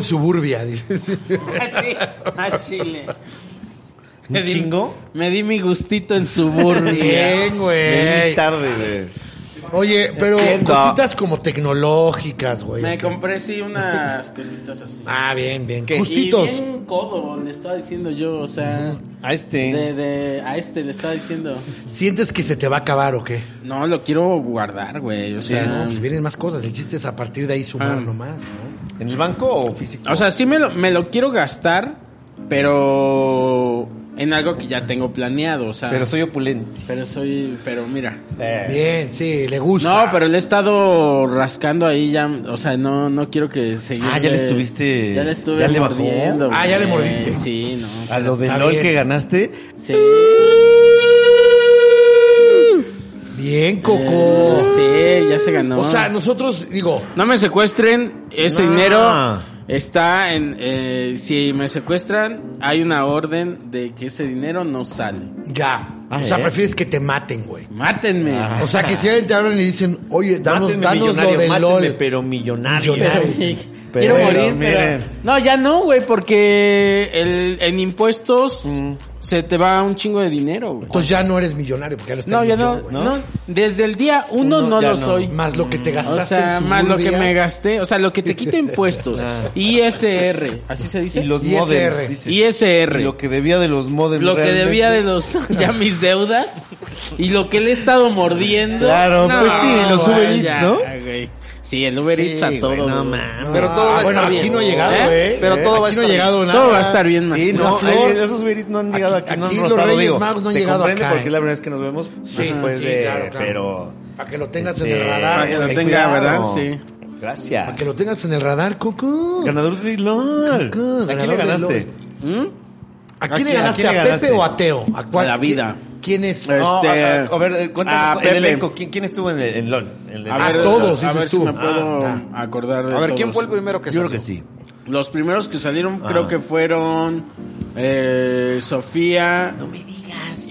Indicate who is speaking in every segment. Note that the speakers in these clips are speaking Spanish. Speaker 1: Suburbia.
Speaker 2: Así, a Chile.
Speaker 3: ¿Un
Speaker 2: di-
Speaker 3: chingo?
Speaker 2: me di mi gustito en suburbia.
Speaker 1: Bien, güey.
Speaker 3: Bien tarde, güey.
Speaker 1: Oye, pero
Speaker 3: Entiendo.
Speaker 1: cositas como tecnológicas, güey.
Speaker 2: me compré sí unas cositas así.
Speaker 1: Ah, bien, bien.
Speaker 3: ¿Qué?
Speaker 1: Justitos.
Speaker 2: Y bien codo le estaba diciendo yo, o sea,
Speaker 3: A este.
Speaker 2: de, de- a este le estaba diciendo,
Speaker 1: ¿Sientes que se te va a acabar o qué?
Speaker 2: no, lo quiero guardar, güey, o sea,
Speaker 1: No, pues vienen más cosas. El chiste es a partir de ahí sumar
Speaker 2: Ah.
Speaker 1: nomás, ¿no?
Speaker 3: ¿En el banco o físico?
Speaker 2: o sea, sí me lo, me lo quiero gastar, pero en algo que ya tengo planeado, o sea,
Speaker 3: pero soy opulente.
Speaker 2: pero soy, pero mira,
Speaker 3: Eh,
Speaker 1: Bien, sí, le gusta.
Speaker 2: no, pero le he estado rascando ahí ya, o sea, no, no quiero que seguir.
Speaker 3: Ah, ya le estuviste-
Speaker 2: ya le estuve
Speaker 3: ya le bajó.
Speaker 2: mordiendo.
Speaker 1: Ah, ya le
Speaker 2: güey.
Speaker 1: mordiste.
Speaker 2: Sí, no.
Speaker 3: a lo de
Speaker 1: Está
Speaker 3: LOL
Speaker 1: bien.
Speaker 3: que ganaste.
Speaker 2: Sí.
Speaker 1: Bien, Coco.
Speaker 2: Eh, sí, ya se ganó.
Speaker 1: O sea, nosotros, digo,
Speaker 2: No me secuestren, ese
Speaker 3: No.
Speaker 2: dinero está en... eh, si me secuestran, hay una orden de que ese dinero no sale.
Speaker 1: ya.
Speaker 3: Ah,
Speaker 1: o sea,
Speaker 3: ¿eh?
Speaker 1: prefieres que te maten, güey.
Speaker 2: Mátenme.
Speaker 3: Ah.
Speaker 1: O sea, que si alguien te hablan y dicen, oye, danos,
Speaker 3: Mátenme,
Speaker 1: danos lo
Speaker 3: millonario,
Speaker 1: de
Speaker 3: mátenme,
Speaker 1: LOL.
Speaker 3: pero millonario.
Speaker 2: Pero,
Speaker 1: Millonario.
Speaker 2: güey,
Speaker 3: Pero,
Speaker 2: quiero morir,
Speaker 3: miren.
Speaker 2: pero... No, ya no, güey, porque el, en impuestos
Speaker 3: Mm.
Speaker 2: se te va un chingo de dinero, güey.
Speaker 1: Entonces ya no eres millonario, porque ya lo estás
Speaker 2: No, ya no,
Speaker 1: millón, güey.
Speaker 2: no. Desde el día uno,
Speaker 3: Uno
Speaker 2: no
Speaker 3: ya
Speaker 2: lo
Speaker 3: no.
Speaker 2: soy.
Speaker 1: Más lo que te gastaste
Speaker 2: O sea,
Speaker 1: en
Speaker 2: más lo que
Speaker 1: Suburbia.
Speaker 2: me gasté. O sea, lo que te quita impuestos. ISR, así se dice.
Speaker 3: Ah. Y los
Speaker 1: ISR.
Speaker 3: modems, dices.
Speaker 2: ISR.
Speaker 3: Y Lo que debía de los modems.
Speaker 2: Lo que
Speaker 3: realmente.
Speaker 2: debía de los ya mis deudas y lo que le he estado mordiendo.
Speaker 3: Claro, pues sí, los
Speaker 2: güey,
Speaker 3: Uber Eats,
Speaker 2: ya,
Speaker 3: ¿no?
Speaker 2: güey. Sí, el Uber
Speaker 3: Sí,
Speaker 2: Eats a
Speaker 3: güey,
Speaker 2: todo.
Speaker 3: no
Speaker 2: güey. Ah,
Speaker 3: mames.
Speaker 1: Pero todo va a Ah, bueno, estar aquí bien. no ha llegado, ¿eh?
Speaker 3: Pero
Speaker 1: ¿Eh?
Speaker 3: todo va a
Speaker 1: Aquí no
Speaker 3: estar
Speaker 1: ha llegado
Speaker 3: bien.
Speaker 1: nada.
Speaker 2: todo va a estar bien,
Speaker 3: Sí,
Speaker 2: Master.
Speaker 3: no,
Speaker 1: Una flor.
Speaker 3: hay- esos Uberis no han llegado aquí,
Speaker 1: Aquí-
Speaker 3: no han
Speaker 1: aquí los
Speaker 3: rozado,
Speaker 1: Reyes
Speaker 3: digo,
Speaker 1: Magos no han
Speaker 3: se
Speaker 1: llegado
Speaker 3: comprende
Speaker 1: acá,
Speaker 3: porque
Speaker 1: eh.
Speaker 3: es la primera vez que nos vemos pues, después
Speaker 1: sí,
Speaker 3: de,
Speaker 1: claro, claro.
Speaker 3: pero
Speaker 1: Para que lo tengas
Speaker 3: este,
Speaker 1: en el radar.
Speaker 2: para que lo
Speaker 1: güey.
Speaker 3: ten
Speaker 2: tenga,
Speaker 3: cuidado.
Speaker 2: ¿verdad? Sí.
Speaker 3: Gracias.
Speaker 1: Para que lo tengas en el radar, Coco.
Speaker 3: Ganador de LOL.
Speaker 1: Coco,
Speaker 3: ¿A quién
Speaker 1: ganador
Speaker 3: le
Speaker 1: de
Speaker 3: ganaste?
Speaker 2: ¿Mm?
Speaker 1: ¿A quién le
Speaker 3: ¿A quién- a
Speaker 1: ganaste?
Speaker 3: quién le
Speaker 1: ¿A
Speaker 3: ganaste?
Speaker 1: Pepe o a Teo? ¿A cuál?
Speaker 2: A la vida.
Speaker 1: ¿Quién es?
Speaker 2: Eh,
Speaker 3: No,
Speaker 2: Este,
Speaker 3: a, a- a ver, eh,
Speaker 2: a
Speaker 3: cuéntanos el
Speaker 2: Pepe.
Speaker 3: elenco. ¿Quién, quién estuvo en, el- en LOL? En el-
Speaker 2: A ver,
Speaker 1: todos,
Speaker 2: a
Speaker 1: dices
Speaker 2: ver si
Speaker 1: tú.
Speaker 2: me puedo acordar de
Speaker 4: A ver, ¿quién
Speaker 2: todos.
Speaker 4: fue el primero que
Speaker 3: Yo
Speaker 4: salió?
Speaker 3: creo que sí.
Speaker 2: Los primeros que salieron
Speaker 3: Ah.
Speaker 2: creo que fueron eh, Sofía
Speaker 3: me digas.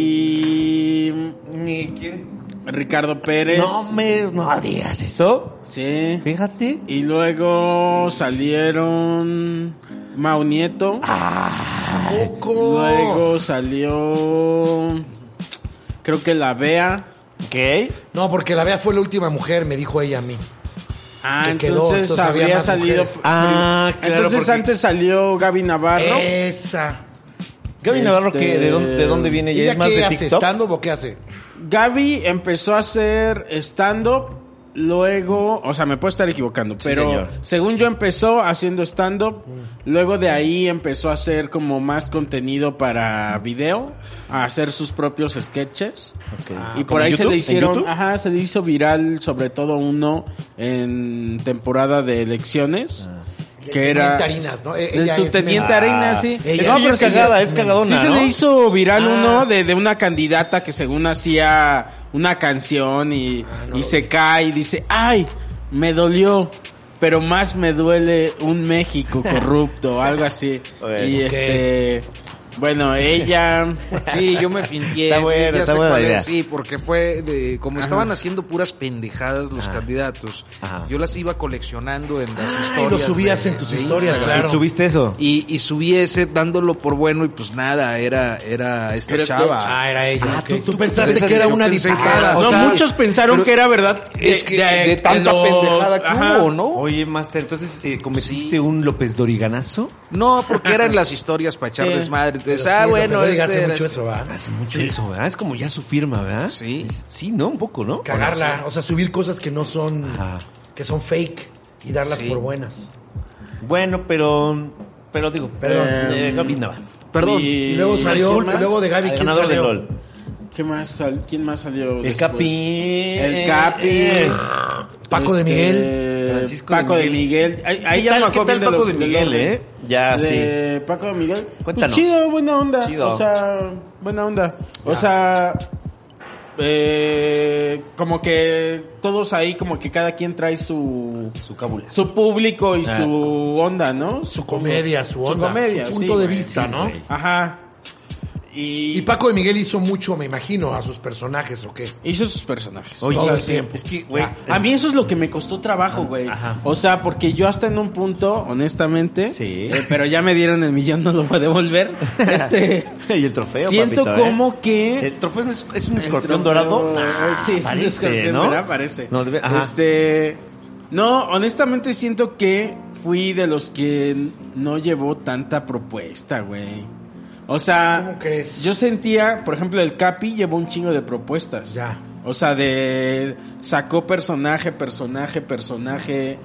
Speaker 2: y
Speaker 3: Ni quién.
Speaker 2: Ricardo Pérez.
Speaker 3: No me no digas eso.
Speaker 2: Sí.
Speaker 3: Fíjate.
Speaker 2: Y luego salieron Mau Nieto.
Speaker 3: Ah.
Speaker 1: Coco.
Speaker 2: Luego salió creo que la Bea.
Speaker 3: Ok.
Speaker 1: No, porque la Bea fue la última mujer, me dijo ella a mí.
Speaker 2: Ah,
Speaker 1: Que quedó,
Speaker 2: entonces,
Speaker 1: entonces había
Speaker 2: habría
Speaker 1: más
Speaker 2: salido.
Speaker 1: mujeres.
Speaker 3: Ah, claro,
Speaker 2: Entonces
Speaker 3: porque- Eh,
Speaker 2: antes salió Gaby Navarro.
Speaker 1: Esa.
Speaker 3: Gaby
Speaker 2: Este-
Speaker 3: Navarro, ¿qué? ¿De, dónde, ¿de dónde viene ella?
Speaker 1: ¿Ella
Speaker 3: ¿Es más
Speaker 1: qué
Speaker 3: de
Speaker 1: hace?
Speaker 3: TikTok?
Speaker 1: ¿Stand-up o qué hace?
Speaker 2: Gaby empezó a hacer stand-up, luego, o sea, me puedo estar equivocando, pero
Speaker 3: señor.
Speaker 2: según yo empezó haciendo stand-up, luego de ahí empezó a hacer como más contenido para video, a hacer sus propios sketches.
Speaker 3: Ok.
Speaker 2: y
Speaker 3: Ah, ¿Como
Speaker 2: por ahí
Speaker 3: en
Speaker 2: se
Speaker 3: YouTube?
Speaker 2: le
Speaker 3: ¿En
Speaker 2: hicieron,
Speaker 3: YouTube?
Speaker 2: ajá, se le hizo viral sobre todo uno en temporada de elecciones,
Speaker 3: Ah.
Speaker 2: que
Speaker 1: De
Speaker 2: era...
Speaker 1: Teniente Harinas, ¿no? E-
Speaker 2: de
Speaker 1: ella
Speaker 2: su
Speaker 1: es
Speaker 2: teniente
Speaker 1: mera.
Speaker 2: arena, sí.
Speaker 1: Ella-
Speaker 3: Es,
Speaker 1: No,
Speaker 3: que
Speaker 1: pero
Speaker 3: es
Speaker 1: sí se-
Speaker 3: cagada, es cagadona.
Speaker 2: Sí se
Speaker 3: ¿no?
Speaker 2: le hizo viral
Speaker 3: Ah.
Speaker 2: uno de, de una candidata que según hacía una canción y,
Speaker 4: Ah,
Speaker 2: y se cae y dice, ay, me dolió, pero más me duele un México corrupto, algo así.
Speaker 3: Bueno,
Speaker 2: y
Speaker 3: ok.
Speaker 2: este, bueno, ella...
Speaker 4: Sí, yo me fingié.
Speaker 3: Está
Speaker 4: sí,
Speaker 3: buena,
Speaker 4: ya
Speaker 3: está
Speaker 4: sé
Speaker 3: buena
Speaker 4: cuál
Speaker 3: la
Speaker 4: es,
Speaker 3: idea.
Speaker 4: Sí, porque fue de, como
Speaker 2: Ajá.
Speaker 4: estaban haciendo puras pendejadas los
Speaker 3: Ajá.
Speaker 4: candidatos,
Speaker 3: Ajá.
Speaker 4: yo las iba coleccionando en las
Speaker 1: Ah, y
Speaker 4: historias.
Speaker 1: lo subías
Speaker 4: de-
Speaker 1: en tus
Speaker 4: de
Speaker 1: historias,
Speaker 4: Instagram.
Speaker 1: claro.
Speaker 3: ¿Y subiste eso?
Speaker 4: Y, y subí ese dándolo por bueno y pues nada, era, era esta
Speaker 2: Era
Speaker 4: chava.
Speaker 1: Ah, era ella.
Speaker 4: Ah,
Speaker 1: ok.
Speaker 4: tú-
Speaker 1: tú,
Speaker 4: tú pensaste
Speaker 1: pensaste que era
Speaker 4: que yo
Speaker 1: una
Speaker 4: pensé que
Speaker 1: diputada.
Speaker 4: era-
Speaker 1: o
Speaker 2: no,
Speaker 4: sea,
Speaker 2: muchos pensaron
Speaker 4: pero-
Speaker 2: que era verdad.
Speaker 4: Es que de,
Speaker 2: de
Speaker 4: tanta
Speaker 2: lo-
Speaker 4: pendejada que
Speaker 2: ajá.
Speaker 4: hubo, ¿no?
Speaker 3: Oye, Master, entonces, eh, ¿cometiste
Speaker 4: Sí.
Speaker 3: un López Doriganazo?
Speaker 4: No, porque eran las historias para echar
Speaker 2: Sí.
Speaker 4: desmadre. Entonces,
Speaker 1: Pero
Speaker 4: ah,
Speaker 1: sí,
Speaker 4: bueno,
Speaker 1: López Dóriga
Speaker 4: este
Speaker 1: hace
Speaker 4: era
Speaker 1: mucho
Speaker 4: este.
Speaker 1: eso, ¿va?
Speaker 3: Hace mucho eso, ¿verdad? Es como ya su firma, ¿verdad?
Speaker 4: Sí.
Speaker 3: Es- Sí, ¿no? Un poco, ¿no?
Speaker 1: Cagarla, o sea, subir cosas que no son,
Speaker 3: Ajá.
Speaker 1: que son fake y darlas
Speaker 4: Sí.
Speaker 1: por buenas.
Speaker 3: Bueno, pero... Pero digo...
Speaker 1: Perdón.
Speaker 3: eh, Gaby Navarro.
Speaker 4: Perdón.
Speaker 2: Y-
Speaker 1: Y luego salió,
Speaker 3: disculpas,
Speaker 1: y luego de Gaby,
Speaker 3: al
Speaker 1: ¿quién
Speaker 3: ganador de
Speaker 1: salió?
Speaker 3: LOL.
Speaker 2: ¿Qué más sal- ¿Quién más salió?
Speaker 3: El
Speaker 2: después?
Speaker 3: Capi.
Speaker 4: Eh,
Speaker 2: El Capi.
Speaker 1: Paco de
Speaker 2: Este,
Speaker 1: Miguel.
Speaker 3: Eh, Francisco
Speaker 2: Paco
Speaker 3: de
Speaker 2: de Miguel. Ahí, ahí
Speaker 3: ¿Qué
Speaker 2: ya
Speaker 3: tal-
Speaker 2: me acuerdo
Speaker 3: qué tal
Speaker 2: bien
Speaker 3: Paco
Speaker 2: los-
Speaker 3: de Miguel,
Speaker 2: nombre.
Speaker 3: eh? Ya,
Speaker 2: de Paco de Miguel.
Speaker 3: Cuéntanos.
Speaker 2: Pues chido, buena onda.
Speaker 3: Chido.
Speaker 2: O sea, buena onda. O sea, eh, como que todos ahí, como que cada quien trae su,
Speaker 3: Su cábula.
Speaker 2: su público y
Speaker 3: Ah.
Speaker 2: su onda, ¿no?
Speaker 1: Su comedia, su onda, su,
Speaker 2: comedia,
Speaker 1: punto
Speaker 2: sí,
Speaker 1: de
Speaker 2: güey.
Speaker 1: vista, ¿no?
Speaker 3: güey.
Speaker 2: Ajá. Y,
Speaker 1: Y Paco de Miguel hizo mucho, me imagino, a sus personajes, ¿o qué?
Speaker 2: hizo sus personajes.
Speaker 3: Oye,
Speaker 1: Todo el
Speaker 3: es-
Speaker 1: tiempo.
Speaker 3: es que, güey,
Speaker 2: A mí eso es lo que me costó trabajo, güey.
Speaker 3: Ajá.
Speaker 2: O sea, porque yo hasta en un punto, honestamente,
Speaker 3: Sí.
Speaker 2: eh, pero ya me dieron el millón, no lo voy a devolver. Este,
Speaker 3: y el trofeo,
Speaker 2: siento
Speaker 3: papito, ¿eh?
Speaker 2: como que
Speaker 3: ¿El trofeo es, es un
Speaker 2: El
Speaker 3: escorpión
Speaker 2: trofeo,
Speaker 3: dorado? Ah,
Speaker 2: eh, sí, es un
Speaker 3: parece,
Speaker 2: escorpión,
Speaker 3: ¿no?
Speaker 2: ¿verdad? Parece.
Speaker 3: No, debe- ajá.
Speaker 2: Este, no, honestamente siento que fui de los que n- no llevó tanta propuesta, güey. O sea,
Speaker 1: ¿Cómo crees?
Speaker 2: yo sentía, por ejemplo, el Capi llevó un chingo de propuestas.
Speaker 1: Ya.
Speaker 2: O sea, de sacó personaje, personaje, personaje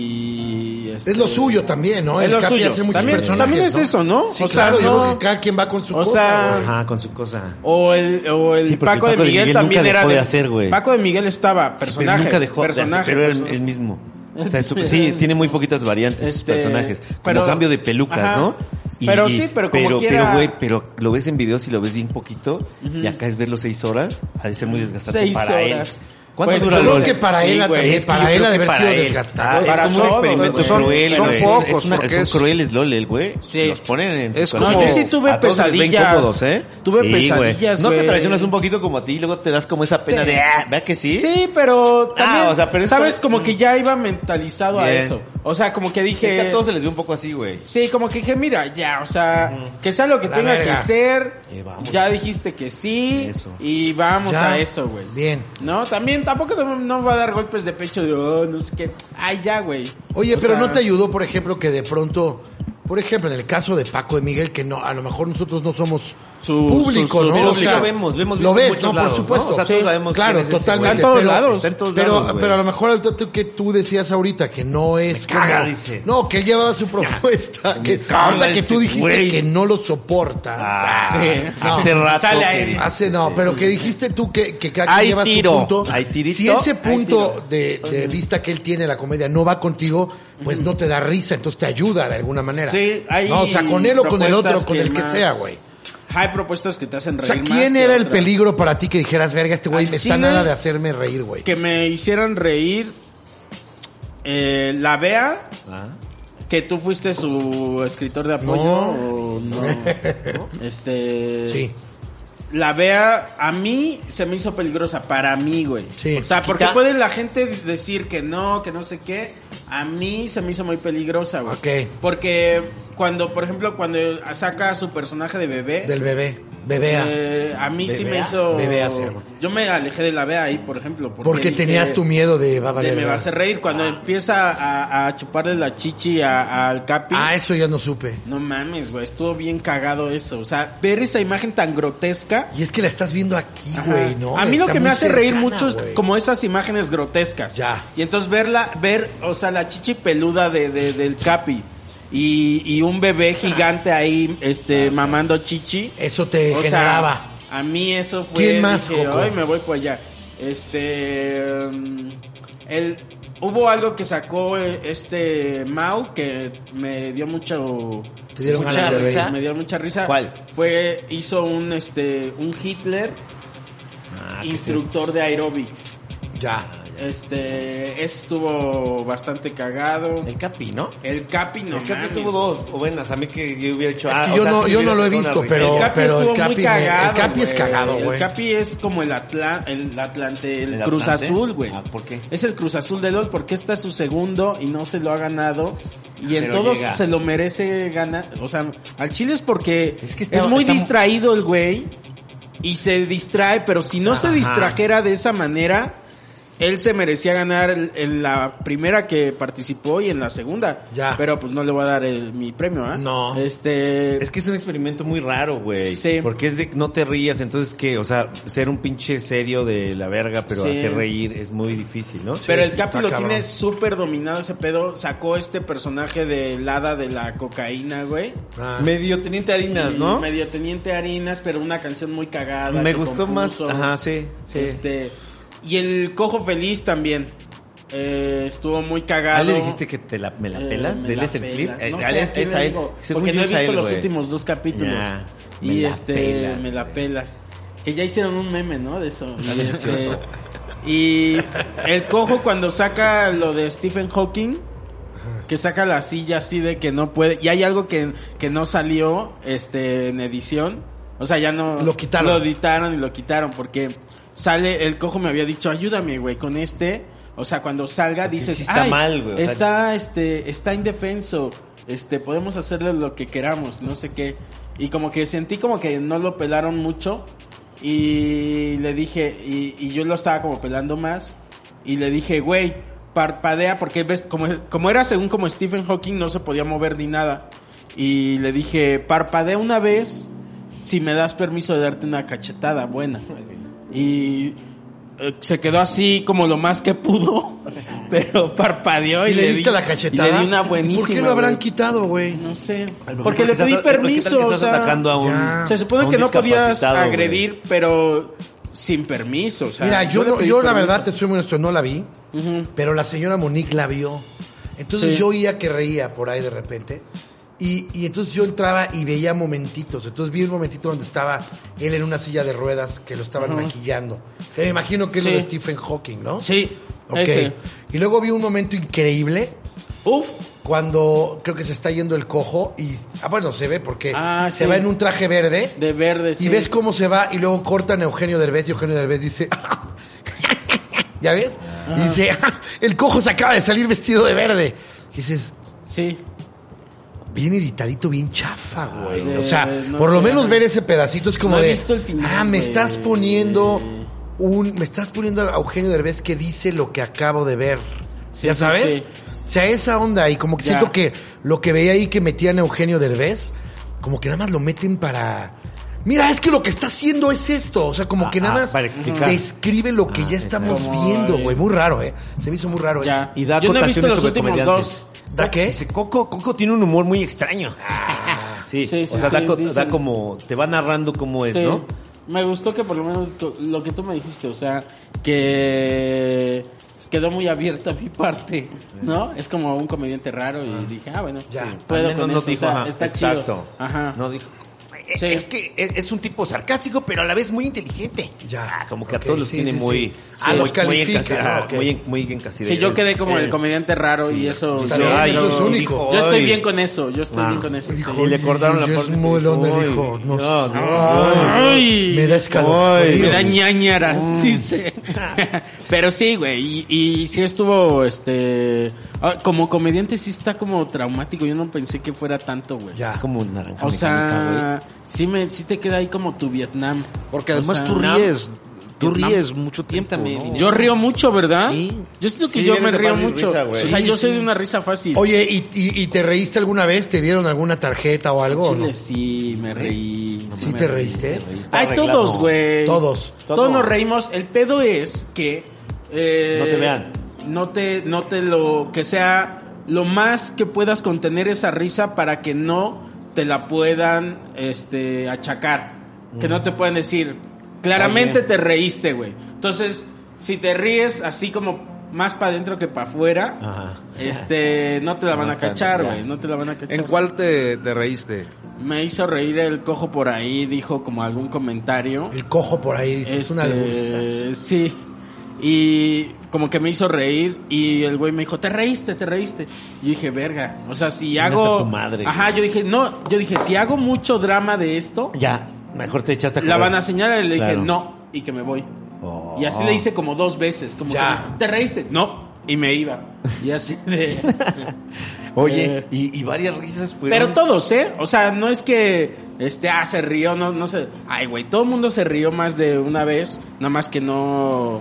Speaker 2: y este-
Speaker 1: Es lo suyo también, ¿no?
Speaker 2: Es
Speaker 1: El
Speaker 2: lo
Speaker 1: Capi
Speaker 2: suyo.
Speaker 1: hace muchos
Speaker 2: También-
Speaker 1: personajes,
Speaker 2: también es eso, ¿no?
Speaker 1: Sí,
Speaker 2: O sea,
Speaker 1: claro, yo
Speaker 2: no-
Speaker 1: creo que cada quien va con su
Speaker 2: o
Speaker 1: cosa,
Speaker 2: sea,
Speaker 1: güey.
Speaker 3: Ajá, con su cosa.
Speaker 2: O el, o el
Speaker 3: Sí, porque
Speaker 2: Paco,
Speaker 3: el
Speaker 2: de Miguel,
Speaker 3: nunca
Speaker 2: también era
Speaker 3: dejó de hacer, güey.
Speaker 2: Paco de Miguel estaba
Speaker 3: Sí, pero
Speaker 2: personaje,
Speaker 3: nunca dejó de hacer,
Speaker 2: personaje,
Speaker 3: pero era el,
Speaker 2: personaje.
Speaker 3: el mismo. O sea, su- sí, tiene muy poquitas variantes sus
Speaker 2: Este,
Speaker 3: personajes. Como
Speaker 2: pero-
Speaker 3: cambio de pelucas,
Speaker 2: ajá.
Speaker 3: ¿no?
Speaker 2: Pero sí, pero como
Speaker 3: pero,
Speaker 2: quiera-
Speaker 3: Pero, güey, pero lo ves en videos y lo ves bien poquito. Y acá es verlo seis horas. Ha de ser muy desgastante
Speaker 2: Seis
Speaker 3: para
Speaker 2: horas.
Speaker 3: él. ¿Cuánto
Speaker 2: Pues,
Speaker 3: dura
Speaker 2: yo
Speaker 1: Creo
Speaker 3: LOL?
Speaker 1: que para
Speaker 2: Sí,
Speaker 1: él,
Speaker 2: güey,
Speaker 1: también,
Speaker 2: es que
Speaker 3: yo
Speaker 1: para él
Speaker 3: creo
Speaker 1: ha
Speaker 3: que
Speaker 1: de haber
Speaker 3: para
Speaker 1: sido
Speaker 3: él.
Speaker 1: desgastado.
Speaker 3: Ah,
Speaker 2: Para
Speaker 3: es como
Speaker 2: todos,
Speaker 3: un experimento
Speaker 2: güey. Son-
Speaker 3: cruel,
Speaker 4: son
Speaker 3: güey. Es-
Speaker 4: pocos,
Speaker 3: Es, una-
Speaker 4: porque
Speaker 3: son
Speaker 4: es-
Speaker 3: crueles LOL, el güey.
Speaker 2: Sí.
Speaker 3: Los ponen en
Speaker 4: Es
Speaker 3: su
Speaker 4: como-
Speaker 2: No, yo sí tuve
Speaker 3: A todos les ven
Speaker 2: pesadillas.
Speaker 3: cómodos, ¿eh?
Speaker 2: Tuve
Speaker 3: Sí, güey.
Speaker 2: pesadillas,
Speaker 3: No te
Speaker 2: güey.
Speaker 3: traicionas un poquito como a ti y luego te das como esa pena de, ah, ¿verdad que sí?
Speaker 2: Sí,
Speaker 1: Ah,
Speaker 2: pero también,
Speaker 3: o sea, pero es
Speaker 2: sabes,
Speaker 3: como-
Speaker 2: como
Speaker 1: Mm.
Speaker 2: que ya iba mentalizado a
Speaker 3: Bien.
Speaker 2: eso. O sea, como que dije...
Speaker 3: Es que a todos se les ve un poco así, güey.
Speaker 2: Sí, como que dije, mira, ya, o sea, que sea lo que
Speaker 1: Mm. La
Speaker 2: tenga
Speaker 1: verga.
Speaker 2: que ser,
Speaker 3: Eh, vamos.
Speaker 2: ya dijiste que sí,
Speaker 3: Eso.
Speaker 2: y vamos
Speaker 1: Ya.
Speaker 2: a eso, güey.
Speaker 1: Bien.
Speaker 2: No, también, tampoco te- no va a dar golpes de pecho de, oh, no sé qué. Ay, ya, güey.
Speaker 1: Oye,
Speaker 2: O
Speaker 1: pero
Speaker 2: sea,
Speaker 1: ¿no te ayudó, por ejemplo, que de pronto, por ejemplo, en el caso de Paco de Miguel, que no, a lo mejor nosotros no somos
Speaker 2: Su-
Speaker 1: público,
Speaker 2: su- su-
Speaker 1: ¿no?
Speaker 2: pero
Speaker 1: O
Speaker 2: sí
Speaker 1: sea,
Speaker 2: lo
Speaker 3: vemos, lo hemos
Speaker 1: Lo
Speaker 3: visto en
Speaker 1: ves,
Speaker 3: muchos
Speaker 1: no, por
Speaker 3: lados, ¿no?
Speaker 1: supuesto.
Speaker 3: O sea, todos sabemos
Speaker 1: Claro,
Speaker 3: quién es ese, güey.
Speaker 1: totalmente.
Speaker 2: Está en todos
Speaker 1: pero,
Speaker 2: lados.
Speaker 3: Está en todos
Speaker 1: pero,
Speaker 3: lados, güey.
Speaker 1: pero a lo mejor el dato que tú decías ahorita que no es.
Speaker 3: Me caga,
Speaker 1: como-
Speaker 3: dice.
Speaker 1: No, que él llevaba su propuesta. Que,
Speaker 3: caga
Speaker 1: ahorita que
Speaker 3: ese
Speaker 1: tú dijiste
Speaker 3: güey.
Speaker 1: que no lo soporta.
Speaker 3: Ah,
Speaker 2: Sí.
Speaker 1: No.
Speaker 3: hace rato.
Speaker 2: Sale
Speaker 3: que-
Speaker 2: ahí.
Speaker 1: Hace Ah, no, pero que dijiste tú que, que cada
Speaker 3: Hay
Speaker 1: quien lleva
Speaker 3: tiro.
Speaker 1: su punto.
Speaker 3: Hay tirito,
Speaker 1: si ese
Speaker 3: hay
Speaker 1: punto de, de vista que él tiene en la comedia no va contigo, pues no te da risa, entonces te ayuda de alguna manera.
Speaker 2: Sí, hay
Speaker 1: No, o sea, con él o con el otro,
Speaker 2: propuestas
Speaker 1: con
Speaker 2: que
Speaker 1: el que
Speaker 2: más-
Speaker 1: sea, güey.
Speaker 2: Hay propuestas que te hacen
Speaker 1: O
Speaker 2: reír.
Speaker 1: sea,
Speaker 2: más
Speaker 1: ¿quién
Speaker 2: que
Speaker 1: era el
Speaker 2: otras.
Speaker 1: peligro para ti que dijeras, verga, este güey
Speaker 2: Al
Speaker 1: me está
Speaker 2: chile-
Speaker 1: nada de hacerme reír, güey?
Speaker 2: Que me hicieran reír. eh, la Bea,
Speaker 3: Ah.
Speaker 2: que tú fuiste su escritor de apoyo.
Speaker 1: No.
Speaker 2: o no? Este.
Speaker 1: Sí.
Speaker 2: La Bea, a mí se me hizo peligrosa. Para mí, güey.
Speaker 1: Sí.
Speaker 2: O sea, porque
Speaker 3: Quita-
Speaker 2: puede la gente decir que no, que no sé qué. A mí se me hizo muy peligrosa, güey.
Speaker 1: Ok.
Speaker 2: Porque cuando, por ejemplo, cuando saca a su personaje de bebé.
Speaker 1: Del bebé. Bebea.
Speaker 2: Eh, a mí sí me
Speaker 1: Bebea.
Speaker 2: hizo.
Speaker 1: Bebea se llama.
Speaker 2: Yo me alejé de la BEA ahí, por ejemplo.
Speaker 1: Porque
Speaker 2: dije,
Speaker 1: tenías tu miedo de va a
Speaker 2: de
Speaker 1: valer
Speaker 2: me va a
Speaker 1: verga.
Speaker 2: hacer reír.
Speaker 1: Ah.
Speaker 2: Cuando empieza a, a chuparle la chichi a- al Capi.
Speaker 1: Ah, eso ya no supe.
Speaker 2: No mames, güey. Estuvo bien cagado eso. O sea, ver esa imagen tan grotesca.
Speaker 1: Y es que la estás viendo aquí,
Speaker 2: Ajá.
Speaker 1: güey, ¿no?
Speaker 2: A mí lo
Speaker 1: Está
Speaker 2: que me
Speaker 1: muy
Speaker 2: hace reír
Speaker 1: cercana,
Speaker 2: mucho es
Speaker 1: güey.
Speaker 2: como esas imágenes grotescas.
Speaker 1: Ya.
Speaker 2: Y entonces verla, ver, o sea, la chichi peluda de, de- del Capi y, y un bebé gigante ahí, este, mamando chichi.
Speaker 1: Eso te
Speaker 2: O sea,
Speaker 1: generaba.
Speaker 2: a mí eso fue.
Speaker 1: ¿Quién más,
Speaker 2: dije,
Speaker 1: Coco?
Speaker 2: "Ay, me voy por allá. Este. mm, el, hubo algo que sacó eh, este Mau que me dio mucho.
Speaker 1: Te dieron
Speaker 2: mucha
Speaker 1: ganas de
Speaker 2: risa,
Speaker 1: reír.
Speaker 2: Me dio mucha risa.
Speaker 3: ¿Cuál?
Speaker 2: Fue, hizo un, este, un Hitler
Speaker 3: Ah, que sí.
Speaker 2: instructor de aerobics.
Speaker 1: Ya.
Speaker 2: Este. Estuvo bastante cagado.
Speaker 3: El Capi, ¿no?
Speaker 2: El Capi no
Speaker 3: el Capi
Speaker 2: mames,
Speaker 3: tuvo dos o buenas. A mí que yo hubiera hecho.
Speaker 1: Es que
Speaker 3: ah, o
Speaker 1: yo
Speaker 3: sea,
Speaker 1: no-
Speaker 3: sí me
Speaker 1: yo
Speaker 3: hubiera
Speaker 1: no lo he
Speaker 3: sacado
Speaker 1: visto,
Speaker 3: una risa.
Speaker 1: pero-
Speaker 2: el Capi estuvo
Speaker 1: el Capi
Speaker 2: muy
Speaker 1: me- el
Speaker 2: cagado.
Speaker 1: Capi es
Speaker 2: güey.
Speaker 1: cagado,
Speaker 2: El
Speaker 1: güey.
Speaker 2: Capi es como el Atlante, el Atlante, el,
Speaker 3: ¿El
Speaker 2: Cruz
Speaker 3: Atlante?
Speaker 2: Azul, güey.
Speaker 3: Ah, ¿por qué?
Speaker 2: Es el Cruz Azul de LOL porque este es su segundo y no se lo ha ganado. Y en
Speaker 3: Pero
Speaker 2: todos
Speaker 3: llega.
Speaker 2: se lo merece ganar. O sea, al Chile es porque
Speaker 3: Es
Speaker 2: es,
Speaker 3: que está-
Speaker 2: muy
Speaker 3: está-
Speaker 2: distraído el güey y se distrae, pero si no se
Speaker 3: Ajá.
Speaker 2: distrajera de esa manera, él se merecía ganar el- en la primera que participó y en la segunda.
Speaker 1: Ya.
Speaker 2: Pero pues no le voy a dar el- mi premio, ¿ah?
Speaker 1: No.
Speaker 2: Este.
Speaker 3: Es que es un experimento muy raro, güey.
Speaker 2: Sí.
Speaker 3: Porque es de no te rías, entonces que, o sea, ser un pinche serio de la verga, pero
Speaker 2: Sí.
Speaker 3: hacer reír es muy difícil, ¿no?
Speaker 2: Pero el
Speaker 1: está
Speaker 2: Capi lo
Speaker 1: cabrón.
Speaker 2: tiene súper dominado ese pedo. Sacó este personaje del hada de la cocaína, güey.
Speaker 1: Ah.
Speaker 3: Medio teniente harinas,
Speaker 2: Y
Speaker 3: ¿no?
Speaker 2: Medio teniente harinas, pero una canción muy cagada.
Speaker 3: Me
Speaker 2: que
Speaker 3: gustó más.
Speaker 2: compuso.
Speaker 3: Ajá, sí, sí.
Speaker 2: Este, y el cojo feliz también. eh, estuvo muy cagado.
Speaker 3: ¿A él Ah, le dijiste que te la, me la
Speaker 2: Eh,
Speaker 3: pelas?
Speaker 2: me
Speaker 3: ¿Dele
Speaker 2: la
Speaker 3: es el
Speaker 2: pela.
Speaker 3: clip? Eh,
Speaker 2: No sé,
Speaker 3: dale,
Speaker 2: ¿a quién
Speaker 3: es
Speaker 2: le
Speaker 3: a él.
Speaker 2: digo?
Speaker 3: Según
Speaker 2: Porque
Speaker 3: yo
Speaker 2: no he
Speaker 3: es a
Speaker 2: visto
Speaker 3: él,
Speaker 2: los
Speaker 3: güey.
Speaker 2: últimos dos capítulos.
Speaker 3: Ya, me
Speaker 2: y
Speaker 3: la
Speaker 2: este,
Speaker 3: pelas,
Speaker 2: me la
Speaker 3: güey.
Speaker 2: pelas. Que ya hicieron un meme, ¿no? De eso. Y,
Speaker 3: Delicioso.
Speaker 2: este, y el cojo cuando saca lo de Stephen Hawking, que saca la silla así de que no puede. Y hay algo que, que no salió este, en edición. O sea, ya no.
Speaker 1: Lo quitaron.
Speaker 2: Lo editaron y lo quitaron porque sale. El cojo me había dicho, ayúdame, güey, con este. O sea, cuando salga dices.
Speaker 3: sí está
Speaker 2: "Ay,
Speaker 3: mal, güey, o sea,
Speaker 2: Está está, este, está indefenso. Este, podemos hacerle lo que queramos, no sé qué. Y como que sentí como que no lo pelaron mucho. Y le dije, y, y yo lo estaba como pelando más. Y le dije, güey, parpadea, porque ves, como, como era según como Stephen Hawking, no se podía mover ni nada. Y le dije, parpadea una vez si me das permiso de darte una cachetada buena. Y eh, se quedó así como lo más que pudo, pero parpadeó y,
Speaker 1: ¿Y le
Speaker 2: di-
Speaker 1: diste la cachetada?
Speaker 2: y le di una buenísima.
Speaker 1: ¿Por qué lo habrán
Speaker 2: güey.
Speaker 1: quitado, güey?
Speaker 2: No sé.
Speaker 3: A lo mejor
Speaker 2: Porque
Speaker 3: que
Speaker 2: le
Speaker 3: estás-
Speaker 2: pedí
Speaker 3: porque tal que
Speaker 2: permiso.
Speaker 3: estás
Speaker 2: o sea,
Speaker 3: atacando a un-
Speaker 1: Ya.
Speaker 2: se
Speaker 3: a
Speaker 2: supone
Speaker 3: un
Speaker 2: que no podías
Speaker 3: discapacitado, güey.
Speaker 2: agredir, pero sin permiso. O sea,
Speaker 1: Mira, yo,
Speaker 2: le
Speaker 1: no-
Speaker 2: pedí
Speaker 1: yo la
Speaker 2: permiso.
Speaker 1: verdad te soy muy honesto, no la vi,
Speaker 2: Ujú.
Speaker 1: pero la señora Monique la vio. Entonces
Speaker 2: Sí.
Speaker 1: yo oía que reía por ahí de repente. Y, y entonces yo entraba y veía momentitos. Entonces vi un momentito donde estaba él en una silla de ruedas que lo estaban
Speaker 2: Ajá.
Speaker 1: maquillando. Que me imagino que es lo
Speaker 2: Sí.
Speaker 1: de Stephen Hawking, ¿no?
Speaker 2: Sí,
Speaker 1: Ok.
Speaker 2: ese.
Speaker 1: Y luego vi un momento increíble
Speaker 2: Uf,
Speaker 1: cuando creo que se está yendo el cojo y ah, bueno se ve porque
Speaker 2: Ah,
Speaker 1: se
Speaker 2: sí.
Speaker 1: va en un traje verde
Speaker 2: de verde.
Speaker 1: y
Speaker 2: sí.
Speaker 1: ves cómo se va y luego cortan a Eugenio Derbez y Eugenio Derbez dice ya ves y dice el cojo se acaba de salir vestido de verde y dices
Speaker 2: Sí.
Speaker 1: bien editadito bien chafa güey
Speaker 2: Ay,
Speaker 1: o sea
Speaker 2: de- no
Speaker 1: por lo
Speaker 2: sé,
Speaker 1: menos
Speaker 2: ajá.
Speaker 1: ver ese pedacito es como
Speaker 2: No he
Speaker 1: de
Speaker 2: visto el final,
Speaker 1: ah me
Speaker 2: güey.
Speaker 1: estás poniendo un me estás poniendo a Eugenio Derbez que dice lo que acabo de ver
Speaker 2: sí,
Speaker 1: ¿Ya
Speaker 2: sí,
Speaker 1: sabes?
Speaker 2: sí.
Speaker 1: O sea, esa onda y como que
Speaker 2: Ya.
Speaker 1: siento que lo que veía ahí que metían a Eugenio Derbez, como que nada más lo meten para... Mira, es que lo que está haciendo es esto. O sea, como que
Speaker 3: Ah,
Speaker 1: nada
Speaker 3: ah,
Speaker 1: más
Speaker 3: para explicar.
Speaker 1: describe lo que
Speaker 3: Ah,
Speaker 1: ya estamos
Speaker 2: exacto.
Speaker 1: viendo, güey. Muy raro, ¿eh? Se me hizo muy raro.
Speaker 2: Ya.
Speaker 3: Y da
Speaker 2: yo no he visto
Speaker 3: acotaciones
Speaker 2: los
Speaker 3: sobre
Speaker 2: últimos
Speaker 3: comediantes.
Speaker 2: dos.
Speaker 1: eso. ¿Da qué?
Speaker 3: Dice, Coco, Coco tiene un humor muy extraño. sí,
Speaker 2: Ah, Sí, sí,
Speaker 3: o sea, da,
Speaker 2: sí,
Speaker 3: co-
Speaker 2: dicen.
Speaker 3: da como, te va narrando cómo es,
Speaker 2: Sí.
Speaker 3: pues, ¿no?
Speaker 2: Me gustó que por lo menos co- lo que tú me dijiste, o sea, que quedó muy abierta mi parte, ¿no? Es como un comediante raro y dije, ah, bueno,
Speaker 1: Ya.
Speaker 2: sí, puedo
Speaker 3: Al
Speaker 2: con
Speaker 3: menos no
Speaker 2: eso, o sea,
Speaker 3: ajá,
Speaker 2: está
Speaker 3: exacto.
Speaker 2: chido. Ajá.
Speaker 3: No dijo.
Speaker 2: Sí.
Speaker 5: Es que es, es un tipo sarcástico, pero a la vez muy inteligente.
Speaker 1: Ya.
Speaker 3: Ah, como que
Speaker 1: Ok,
Speaker 3: a todos los
Speaker 1: sí,
Speaker 3: tiene
Speaker 1: sí,
Speaker 3: muy,
Speaker 1: sí.
Speaker 3: sí,
Speaker 1: Ah,
Speaker 3: muy-
Speaker 1: los
Speaker 3: muy
Speaker 1: califica.
Speaker 3: encasillado,
Speaker 1: ah, ok.
Speaker 3: muy, en- muy encasillado.
Speaker 2: Sí, yo quedé como
Speaker 3: Él- Eh,
Speaker 2: el comediante raro y eso...
Speaker 1: Está
Speaker 2: yo-
Speaker 1: bien, eso
Speaker 2: yo-
Speaker 1: es único.
Speaker 2: Yo estoy
Speaker 3: Ay.
Speaker 2: bien con eso, yo estoy
Speaker 3: Ah.
Speaker 2: bien con eso. sí.
Speaker 1: Hijo,
Speaker 3: Y le cortaron la
Speaker 1: Y es
Speaker 3: parte.
Speaker 1: muy donde
Speaker 3: Uy,
Speaker 1: dijo, no,
Speaker 3: no,
Speaker 1: no.
Speaker 2: Ay.
Speaker 1: Me da escalofrío.
Speaker 3: Ay,
Speaker 2: Me da ñañaras,
Speaker 3: Mm.
Speaker 2: dice. Pero sí, güey. Y, y sí estuvo, este. ah, Como comediante sí está como traumático. Yo no pensé que fuera tanto, güey.
Speaker 1: Ya.
Speaker 3: Es como un naranja.
Speaker 2: O
Speaker 3: mecánica,
Speaker 2: sea, sí, me, sí te queda ahí como tu Vietnam.
Speaker 5: Porque
Speaker 2: O
Speaker 5: además
Speaker 2: sea,
Speaker 5: tú ríes, tú
Speaker 2: Vietnam.
Speaker 5: ríes mucho tiempo. ¿no?
Speaker 2: Yo río mucho, ¿verdad?
Speaker 5: Sí.
Speaker 2: Yo siento que
Speaker 3: Sí,
Speaker 2: yo
Speaker 3: eres
Speaker 2: me
Speaker 3: de
Speaker 2: río
Speaker 3: fácil
Speaker 2: mucho.
Speaker 3: risa, güey.
Speaker 2: o sea,
Speaker 1: Sí,
Speaker 2: yo soy
Speaker 1: sí.
Speaker 2: de una risa fácil.
Speaker 1: Oye, ¿y, y, y te reíste alguna vez? ¿Te dieron alguna tarjeta o algo? o no?
Speaker 2: Chile, sí, me reí.
Speaker 1: ¿Sí
Speaker 2: me
Speaker 1: te
Speaker 2: reí.
Speaker 1: reíste?
Speaker 3: güey. Está
Speaker 2: Ay,
Speaker 3: arreglado.
Speaker 2: todos, güey.
Speaker 1: Todos.
Speaker 3: Todo.
Speaker 2: Todos nos reímos. El pedo es que. eh,
Speaker 3: No te vean.
Speaker 2: No te, no te lo. Que sea lo más que puedas contener esa risa para que no te la puedan este, achacar. Que
Speaker 3: Mm.
Speaker 2: no te puedan decir. Claramente
Speaker 3: Oye.
Speaker 2: te reíste, güey. Entonces, si te ríes así como más para adentro que para afuera,
Speaker 3: Ajá.
Speaker 2: este, no te la van
Speaker 3: No
Speaker 2: a
Speaker 3: está-
Speaker 2: cachar,
Speaker 3: ya.
Speaker 2: güey. No te la van a cachar.
Speaker 5: ¿En cuál te, te reíste?
Speaker 2: Me hizo reír el cojo por ahí, dijo como algún comentario.
Speaker 1: El cojo por ahí. dices, Es una
Speaker 2: Este,
Speaker 1: alburizazo.
Speaker 2: Sí. Y como que me hizo reír y el güey me dijo, te reíste, te reíste. Y dije, verga, o sea, si
Speaker 3: Chingas
Speaker 2: hago...
Speaker 3: a tu madre,
Speaker 2: Ajá,
Speaker 3: güey.
Speaker 2: yo dije, no, yo dije, si hago mucho drama de esto,
Speaker 3: Ya, mejor te echaste
Speaker 2: la van a señalar y le
Speaker 3: Claro.
Speaker 2: dije, no, y que me voy.
Speaker 3: Oh.
Speaker 2: Y así le hice como dos veces, como,
Speaker 1: Ya.
Speaker 2: que, te reíste, no, y me iba. Y así de...
Speaker 3: Oye,
Speaker 2: Eh.
Speaker 3: y, y varias risas
Speaker 2: Pero
Speaker 3: fueron.
Speaker 2: todos, ¿eh? O sea, no es que, este, ah, se rió, no, no sé. Ay, güey, todo el mundo se rió más de una vez, nada más que no,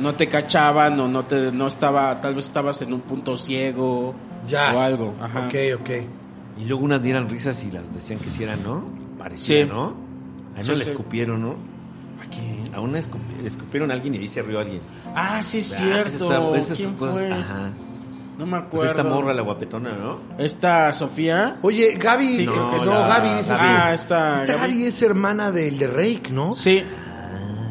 Speaker 2: no te cachaban o no te, no estaba, tal vez estabas en un punto ciego
Speaker 1: Ya.
Speaker 2: o algo. Ajá.
Speaker 1: Ok, ok.
Speaker 3: Y luego unas dieran risas y las decían que sí eran, ¿no? Parecía,
Speaker 2: Sí.
Speaker 3: ¿no? A no
Speaker 2: Sí,
Speaker 3: le
Speaker 2: sí.
Speaker 3: escupieron, ¿no?
Speaker 2: ¿A quién?
Speaker 3: A una escupi- le escupieron a alguien y ahí se rió alguien.
Speaker 2: Ah, sí es
Speaker 3: Ah,
Speaker 2: cierto.
Speaker 3: esas estaban- esas
Speaker 2: ¿Quién
Speaker 3: cosas,
Speaker 2: fue?
Speaker 3: Ajá.
Speaker 2: No me acuerdo.
Speaker 3: Pues esta morra, la guapetona, ¿no?
Speaker 2: Esta Sofía.
Speaker 1: Oye, Gaby,
Speaker 2: Sí,
Speaker 1: no,
Speaker 2: creo que
Speaker 1: no,
Speaker 2: sí.
Speaker 1: Gaby, dices tú.
Speaker 2: Ah, esta
Speaker 1: Esta Gaby
Speaker 2: Gaby.
Speaker 1: es hermana del de Rake, ¿no?
Speaker 2: Sí,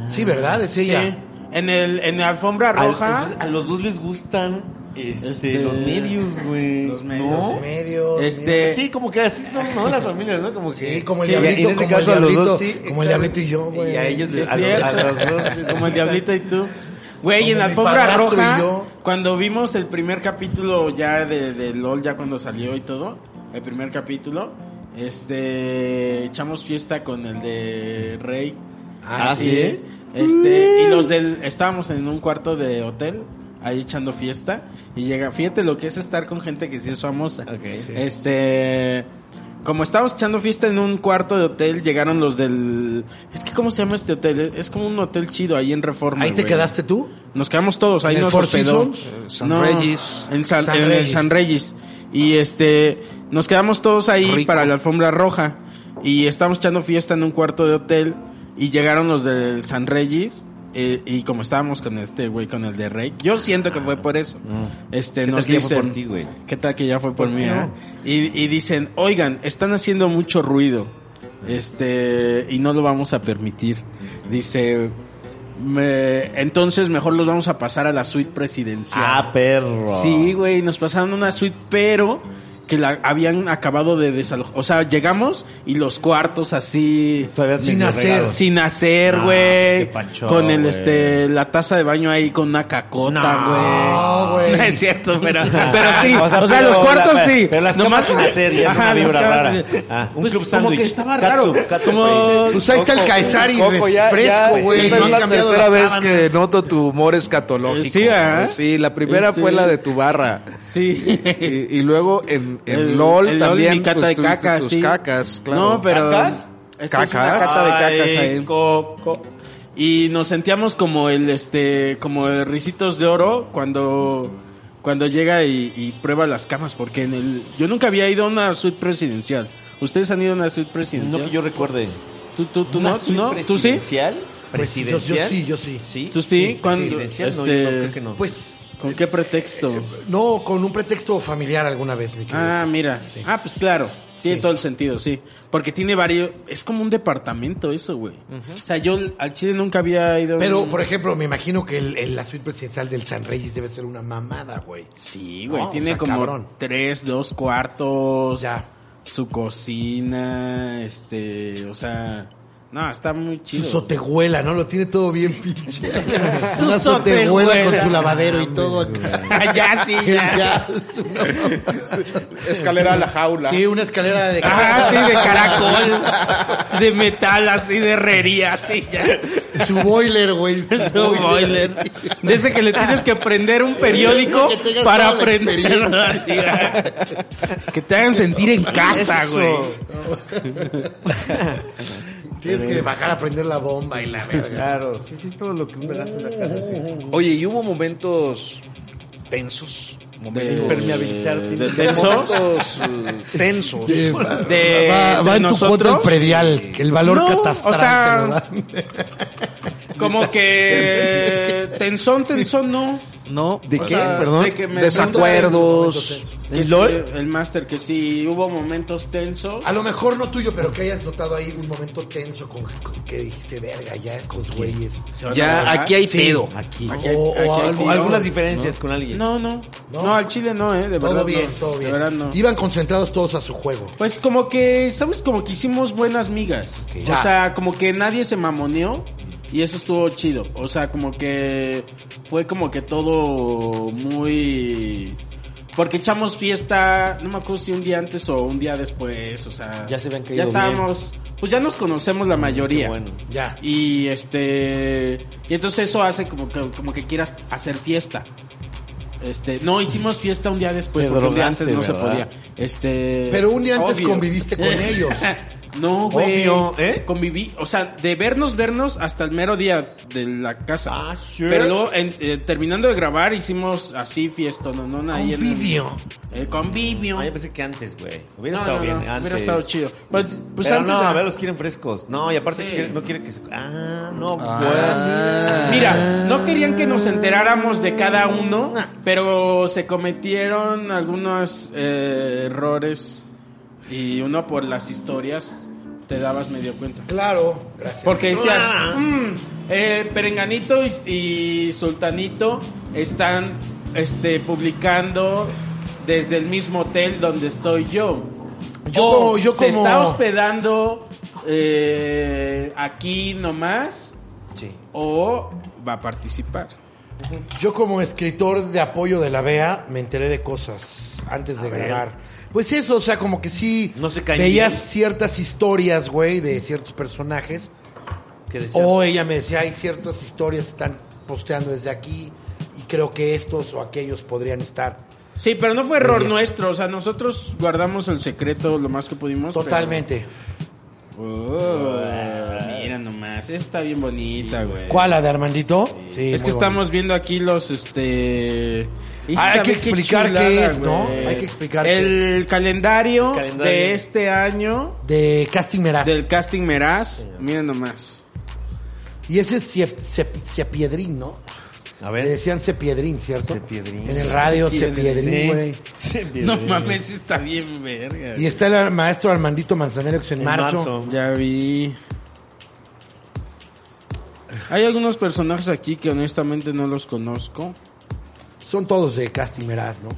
Speaker 1: Sí, ¿verdad? Es ella.
Speaker 2: sí. En el en la alfombra
Speaker 3: Al-
Speaker 2: roja.
Speaker 3: entonces, a los dos les gustan este,
Speaker 2: Este,
Speaker 3: los medios, güey.
Speaker 2: los medios.
Speaker 3: ¿No?
Speaker 1: Los medios.
Speaker 2: Este-
Speaker 3: Sí, como que así son, ¿no? Las familias, ¿no? Como que.
Speaker 1: Sí, como el
Speaker 3: Sí, en
Speaker 1: diablito,
Speaker 3: ese
Speaker 1: como
Speaker 3: caso,
Speaker 1: el
Speaker 3: a los
Speaker 1: diablito,
Speaker 3: dos, sí,
Speaker 1: como
Speaker 3: exacto.
Speaker 1: el diablito y yo, güey.
Speaker 3: Y a ellos,
Speaker 2: Sí, es
Speaker 3: a, los-
Speaker 2: cierto.
Speaker 3: a los dos. les
Speaker 2: Como el
Speaker 3: gusta.
Speaker 2: diablito y tú. Güey,
Speaker 1: Como
Speaker 2: en la
Speaker 1: mi
Speaker 2: alfombra
Speaker 1: padrastro
Speaker 2: roja,
Speaker 1: y yo.
Speaker 2: cuando vimos el primer capítulo ya de, de LOL, ya cuando salió y todo, el primer capítulo, este, echamos fiesta con el de Rey.
Speaker 3: Ah, ¿sí?
Speaker 2: Este, y los del, estábamos en un cuarto de hotel, ahí echando fiesta, y llega, fíjate lo que es estar con gente que sí es famosa.
Speaker 3: Ok.
Speaker 1: Sí.
Speaker 2: Este. Como estábamos echando fiesta en un cuarto de hotel, llegaron los del. Es que, ¿cómo se llama este hotel? Es- Es como un hotel chido ahí en Reforma.
Speaker 1: ¿Ahí te
Speaker 2: güey.
Speaker 1: quedaste tú?
Speaker 2: Nos quedamos todos, ahí
Speaker 1: ¿En el
Speaker 2: nos
Speaker 1: Four
Speaker 2: hospedó.
Speaker 1: Seasons?
Speaker 2: Eh,
Speaker 5: San Regis.
Speaker 2: En, San,
Speaker 1: San
Speaker 2: en el
Speaker 1: Regis.
Speaker 2: San Regis. Y este. Nos quedamos todos ahí
Speaker 5: Rico.
Speaker 2: para la alfombra roja. Y estábamos echando fiesta en un cuarto de hotel. Y llegaron los del San Regis. eh, y como estábamos con este güey, con el de Rey, yo siento que fue por eso. Este,
Speaker 3: ¿Qué tal
Speaker 2: nos
Speaker 3: que ya fue
Speaker 2: dicen-
Speaker 3: por ti, güey?
Speaker 2: ¿Qué tal que ya fue
Speaker 3: Pues
Speaker 2: por mí? ah? Y, y dicen, oigan, están haciendo mucho ruido. Este, y no lo vamos a permitir. Dice, "Me- entonces mejor los vamos a pasar a la suite presidencial.
Speaker 3: Ah, perro.
Speaker 2: Sí, güey, nos pasaron una suite, pero que la habían acabado de desalojar. O sea, llegamos y los cuartos así.
Speaker 3: Todavía
Speaker 1: Sin
Speaker 3: medio
Speaker 1: hacer,
Speaker 3: regados.
Speaker 2: Sin hacer,
Speaker 3: Ah,
Speaker 2: güey.
Speaker 3: pues qué pancho,
Speaker 2: con el,
Speaker 3: güey.
Speaker 2: este, la taza de baño ahí con una cacota, güey.
Speaker 1: No, güey.
Speaker 2: No es cierto, pero, pero sí.
Speaker 3: O
Speaker 2: O
Speaker 3: sea,
Speaker 2: sea,
Speaker 3: pero
Speaker 2: los cuartos
Speaker 3: la-
Speaker 2: sí.
Speaker 3: pero las camas sin hacer, ya es una
Speaker 2: las
Speaker 3: vibra
Speaker 2: camas
Speaker 3: rara.
Speaker 2: sin-
Speaker 3: Ah, un
Speaker 2: pues
Speaker 3: club
Speaker 2: como
Speaker 3: sándwich.
Speaker 2: que estaba raro.
Speaker 3: Catsup, catsup,
Speaker 2: como...
Speaker 3: güey.
Speaker 1: Pues ahí está el Caesari, güey, fresco, güey.
Speaker 6: Esta
Speaker 1: no
Speaker 6: es
Speaker 1: han
Speaker 6: la
Speaker 1: cambiado
Speaker 6: tercera
Speaker 1: las
Speaker 6: vez
Speaker 1: sábanas.
Speaker 6: que noto tu humor escatológico.
Speaker 2: Sí, ¿ah?
Speaker 6: Sí, la primera
Speaker 2: Este-
Speaker 6: fue la de tu barra. Y,
Speaker 2: Sí.
Speaker 6: y luego en, en
Speaker 2: El-
Speaker 6: LOL
Speaker 2: el
Speaker 6: también
Speaker 2: mi cata
Speaker 6: pues,
Speaker 2: de
Speaker 6: tuviste
Speaker 2: caca,
Speaker 6: tus
Speaker 2: sí.
Speaker 6: cacas, claro.
Speaker 2: No, pero...
Speaker 3: ¿Cacas?
Speaker 2: Esta es una
Speaker 6: ¿Cacas?
Speaker 2: cata de cacas
Speaker 3: Ay,
Speaker 2: ahí. Y nos sentíamos como el, este, como el Ricitos de Oro cuando, cuando llega y, y prueba las camas, porque en el, yo nunca había ido a una suite presidencial. ¿Ustedes han ido a una suite
Speaker 3: No
Speaker 2: presidencial?
Speaker 3: que yo recuerde.
Speaker 2: ¿Tú, tú, tú
Speaker 3: ¿Una
Speaker 2: no? ¿Tú
Speaker 3: suite
Speaker 2: no? ¿Tú sí?
Speaker 3: presidencial?
Speaker 1: Pues yo- yo
Speaker 3: ¿Presidencial?
Speaker 1: sí, yo sí.
Speaker 2: ¿Tú sí? ¿Cuándo?
Speaker 3: ¿Presidencial?
Speaker 2: Este-
Speaker 3: No, yo no creo que no.
Speaker 1: Pues
Speaker 2: ¿Con qué pretexto?
Speaker 1: no, con un pretexto familiar alguna vez, mi querido.
Speaker 2: Ah, mira.
Speaker 1: eh, Sí.
Speaker 2: Ah, pues claro. Tiene
Speaker 1: Sí.
Speaker 2: todo el sentido, sí. Porque tiene varios... Es como un departamento eso, güey. O sea, yo al Chile nunca había ido... a
Speaker 1: Pero,
Speaker 2: un-
Speaker 1: por ejemplo, me imagino que el, el- la suite presidencial del San Reyes debe ser una mamada, güey.
Speaker 2: Sí, güey.
Speaker 1: No, o
Speaker 2: tiene
Speaker 1: sea,
Speaker 2: como
Speaker 1: cabrón.
Speaker 2: tres, dos cuartos.
Speaker 1: Ya.
Speaker 2: Su cocina, este... O sea... No, está muy
Speaker 1: Su
Speaker 2: chido.
Speaker 1: sotehuela, ¿no? Lo tiene todo bien pinche. Una
Speaker 2: sotehuela.
Speaker 1: sotehuela con su lavadero y todo acá.
Speaker 2: Ah, ya, sí, ya.
Speaker 1: Ya, es una mamada.
Speaker 6: escalera a la jaula.
Speaker 1: Sí, una escalera de...
Speaker 2: Ah, sí, de caracol. De metal, así, de herrería, así, ya.
Speaker 1: Su boiler, güey. Su,
Speaker 2: Su boiler. De ese que le tienes que prender un periódico
Speaker 1: Que tengas
Speaker 2: para
Speaker 1: toda la
Speaker 2: aprenderlo así. ah. Que te hagan sentir en casa,
Speaker 3: Eso.
Speaker 2: güey.
Speaker 1: Tienes que bajar a prender la bomba y la verga.
Speaker 6: Claro, sí, sí, todo lo que uno hace en la casa, Oye, y hubo momentos tensos. Momentos
Speaker 3: Impermeabilizar,
Speaker 2: de-
Speaker 3: tienes
Speaker 2: de
Speaker 3: que-
Speaker 2: tensos.
Speaker 6: Momentos, eh, tensos.
Speaker 1: Eh,
Speaker 2: De-
Speaker 1: va va en
Speaker 2: de
Speaker 1: tu cuota el
Speaker 2: nosotros.
Speaker 1: predial, el valor
Speaker 2: No,
Speaker 1: catastral
Speaker 2: o sea,
Speaker 1: que lo dan.
Speaker 2: Como que tensón, tensón, no.
Speaker 6: No, ¿de
Speaker 2: O
Speaker 6: qué?
Speaker 2: sea,
Speaker 6: Perdón.
Speaker 2: de que me-
Speaker 6: Desacuerdos.
Speaker 2: El, el máster que sí hubo momentos tensos.
Speaker 1: A lo mejor no tuyo, pero que hayas notado ahí un momento tenso con, con que dijiste, verga, ya estos güeyes.
Speaker 2: Se van a
Speaker 6: Ya,
Speaker 2: bajar.
Speaker 6: aquí hay
Speaker 1: Sí.
Speaker 6: pedo.
Speaker 3: Aquí.
Speaker 1: O-
Speaker 2: Aquí hay-
Speaker 1: o
Speaker 2: aquí hay
Speaker 1: algo-
Speaker 3: O
Speaker 2: tiro.
Speaker 3: algunas diferencias con alguien.
Speaker 2: No, no,
Speaker 1: No.
Speaker 2: no. al chile no, eh, de verdad.
Speaker 1: Todo
Speaker 2: no.
Speaker 1: bien, todo bien.
Speaker 2: De verdad no.
Speaker 1: Iban concentrados todos a su juego.
Speaker 2: Pues como que, ¿sabes? Como que hicimos buenas migas.
Speaker 1: Ya.
Speaker 2: O sea, como que nadie se mamoneó y eso estuvo chido. O sea, como que fue como que todo muy... Porque echamos fiesta, no me acuerdo si un día antes o un día después, o sea...
Speaker 3: Ya se habían caído Mm,
Speaker 2: Ya estábamos... Pues ya nos conocemos la mayoría.
Speaker 3: bueno.
Speaker 1: Ya.
Speaker 2: Y este. Y entonces eso hace como que, como que quieras hacer fiesta. Este, no, hicimos fiesta un día después,
Speaker 3: Te
Speaker 2: porque un día
Speaker 3: drogaste,
Speaker 2: antes no se podía.
Speaker 3: ¿verdad?
Speaker 2: Este.
Speaker 1: Pero un día antes
Speaker 2: obvio.
Speaker 1: conviviste con ellos.
Speaker 2: No, güey.
Speaker 3: Obvio, ¿eh?
Speaker 2: Conviví, o sea, de vernos, vernos hasta el mero día de la casa.
Speaker 3: Ah, shit.
Speaker 2: Pero luego, en- eh, terminando de grabar, hicimos así fiesta, no, no, ahí en el-
Speaker 1: Convivio.
Speaker 2: Eh, convivio.
Speaker 3: Ah, yo pensé que antes, güey. Hubiera
Speaker 2: No,
Speaker 3: estado
Speaker 2: no,
Speaker 3: bien
Speaker 2: no,
Speaker 3: antes.
Speaker 2: hubiera estado chido. Pues- pues
Speaker 3: Pero
Speaker 2: antes
Speaker 3: no,
Speaker 2: de-
Speaker 3: a ver, los quieren frescos. No, y aparte quiere- no quiere que se... Ah, no,
Speaker 2: Ah.
Speaker 3: güey.
Speaker 1: Ah.
Speaker 2: Mira, no querían que nos enteráramos de cada uno, pero se cometieron algunos eh, errores y uno por las historias te dabas medio cuenta.
Speaker 1: Claro, gracias.
Speaker 2: Porque decías,
Speaker 1: Ah.
Speaker 2: "Mm, eh, Perenganito y, y Sultanito están este, publicando desde el mismo hotel donde estoy yo.
Speaker 1: Yo
Speaker 2: O
Speaker 1: como- yo
Speaker 2: se
Speaker 1: como-
Speaker 2: está hospedando eh, aquí nomás
Speaker 1: Sí.
Speaker 2: o va a participar.
Speaker 1: Yo como escritor de apoyo de la BEA me enteré de cosas antes de grabar. Pues eso, o sea, como que sí
Speaker 3: No se caen
Speaker 1: veías
Speaker 3: bien.
Speaker 1: ciertas historias, güey, de ciertos personajes.
Speaker 3: que decía,
Speaker 1: O ella me decía, hay ciertas historias que están posteando desde aquí y creo que estos o aquellos podrían estar.
Speaker 2: Sí, pero no fue error
Speaker 1: Yes.
Speaker 2: nuestro, o sea, nosotros guardamos el secreto lo más que pudimos. pero-
Speaker 1: Totalmente.
Speaker 2: Oh, mira nomás, está bien bonita, güey.
Speaker 1: ¿Cuál, la de Armandito? Sí, muy
Speaker 2: es que
Speaker 1: bonito.
Speaker 2: estamos viendo aquí los, este...
Speaker 1: Ah, hay
Speaker 2: y también
Speaker 1: que
Speaker 2: qué
Speaker 1: explicar qué es, ¿no?
Speaker 2: güey.
Speaker 1: Hay que explicar
Speaker 2: El calendario,
Speaker 3: El calendario.
Speaker 2: de este año
Speaker 1: De Casting Meraz.
Speaker 2: del casting Meraz. Mira nomás.
Speaker 1: Y ese es Ciep- Ciep- Cepiedrín, ¿no?
Speaker 3: a
Speaker 1: Le
Speaker 3: ver,
Speaker 1: decían Cepiedrín, ¿cierto?
Speaker 3: Cepiedrín.
Speaker 1: En el radio
Speaker 2: Cepiedrín,
Speaker 1: Cepiedrín, güey.
Speaker 2: No mames, está bien verga.
Speaker 1: Y está el maestro Armandito Manzanero, que es en,
Speaker 3: En
Speaker 1: marzo.
Speaker 3: marzo.
Speaker 2: Ya vi. Hay algunos personajes aquí que honestamente no los conozco,
Speaker 1: Son todos de Casting Meraz, ¿no?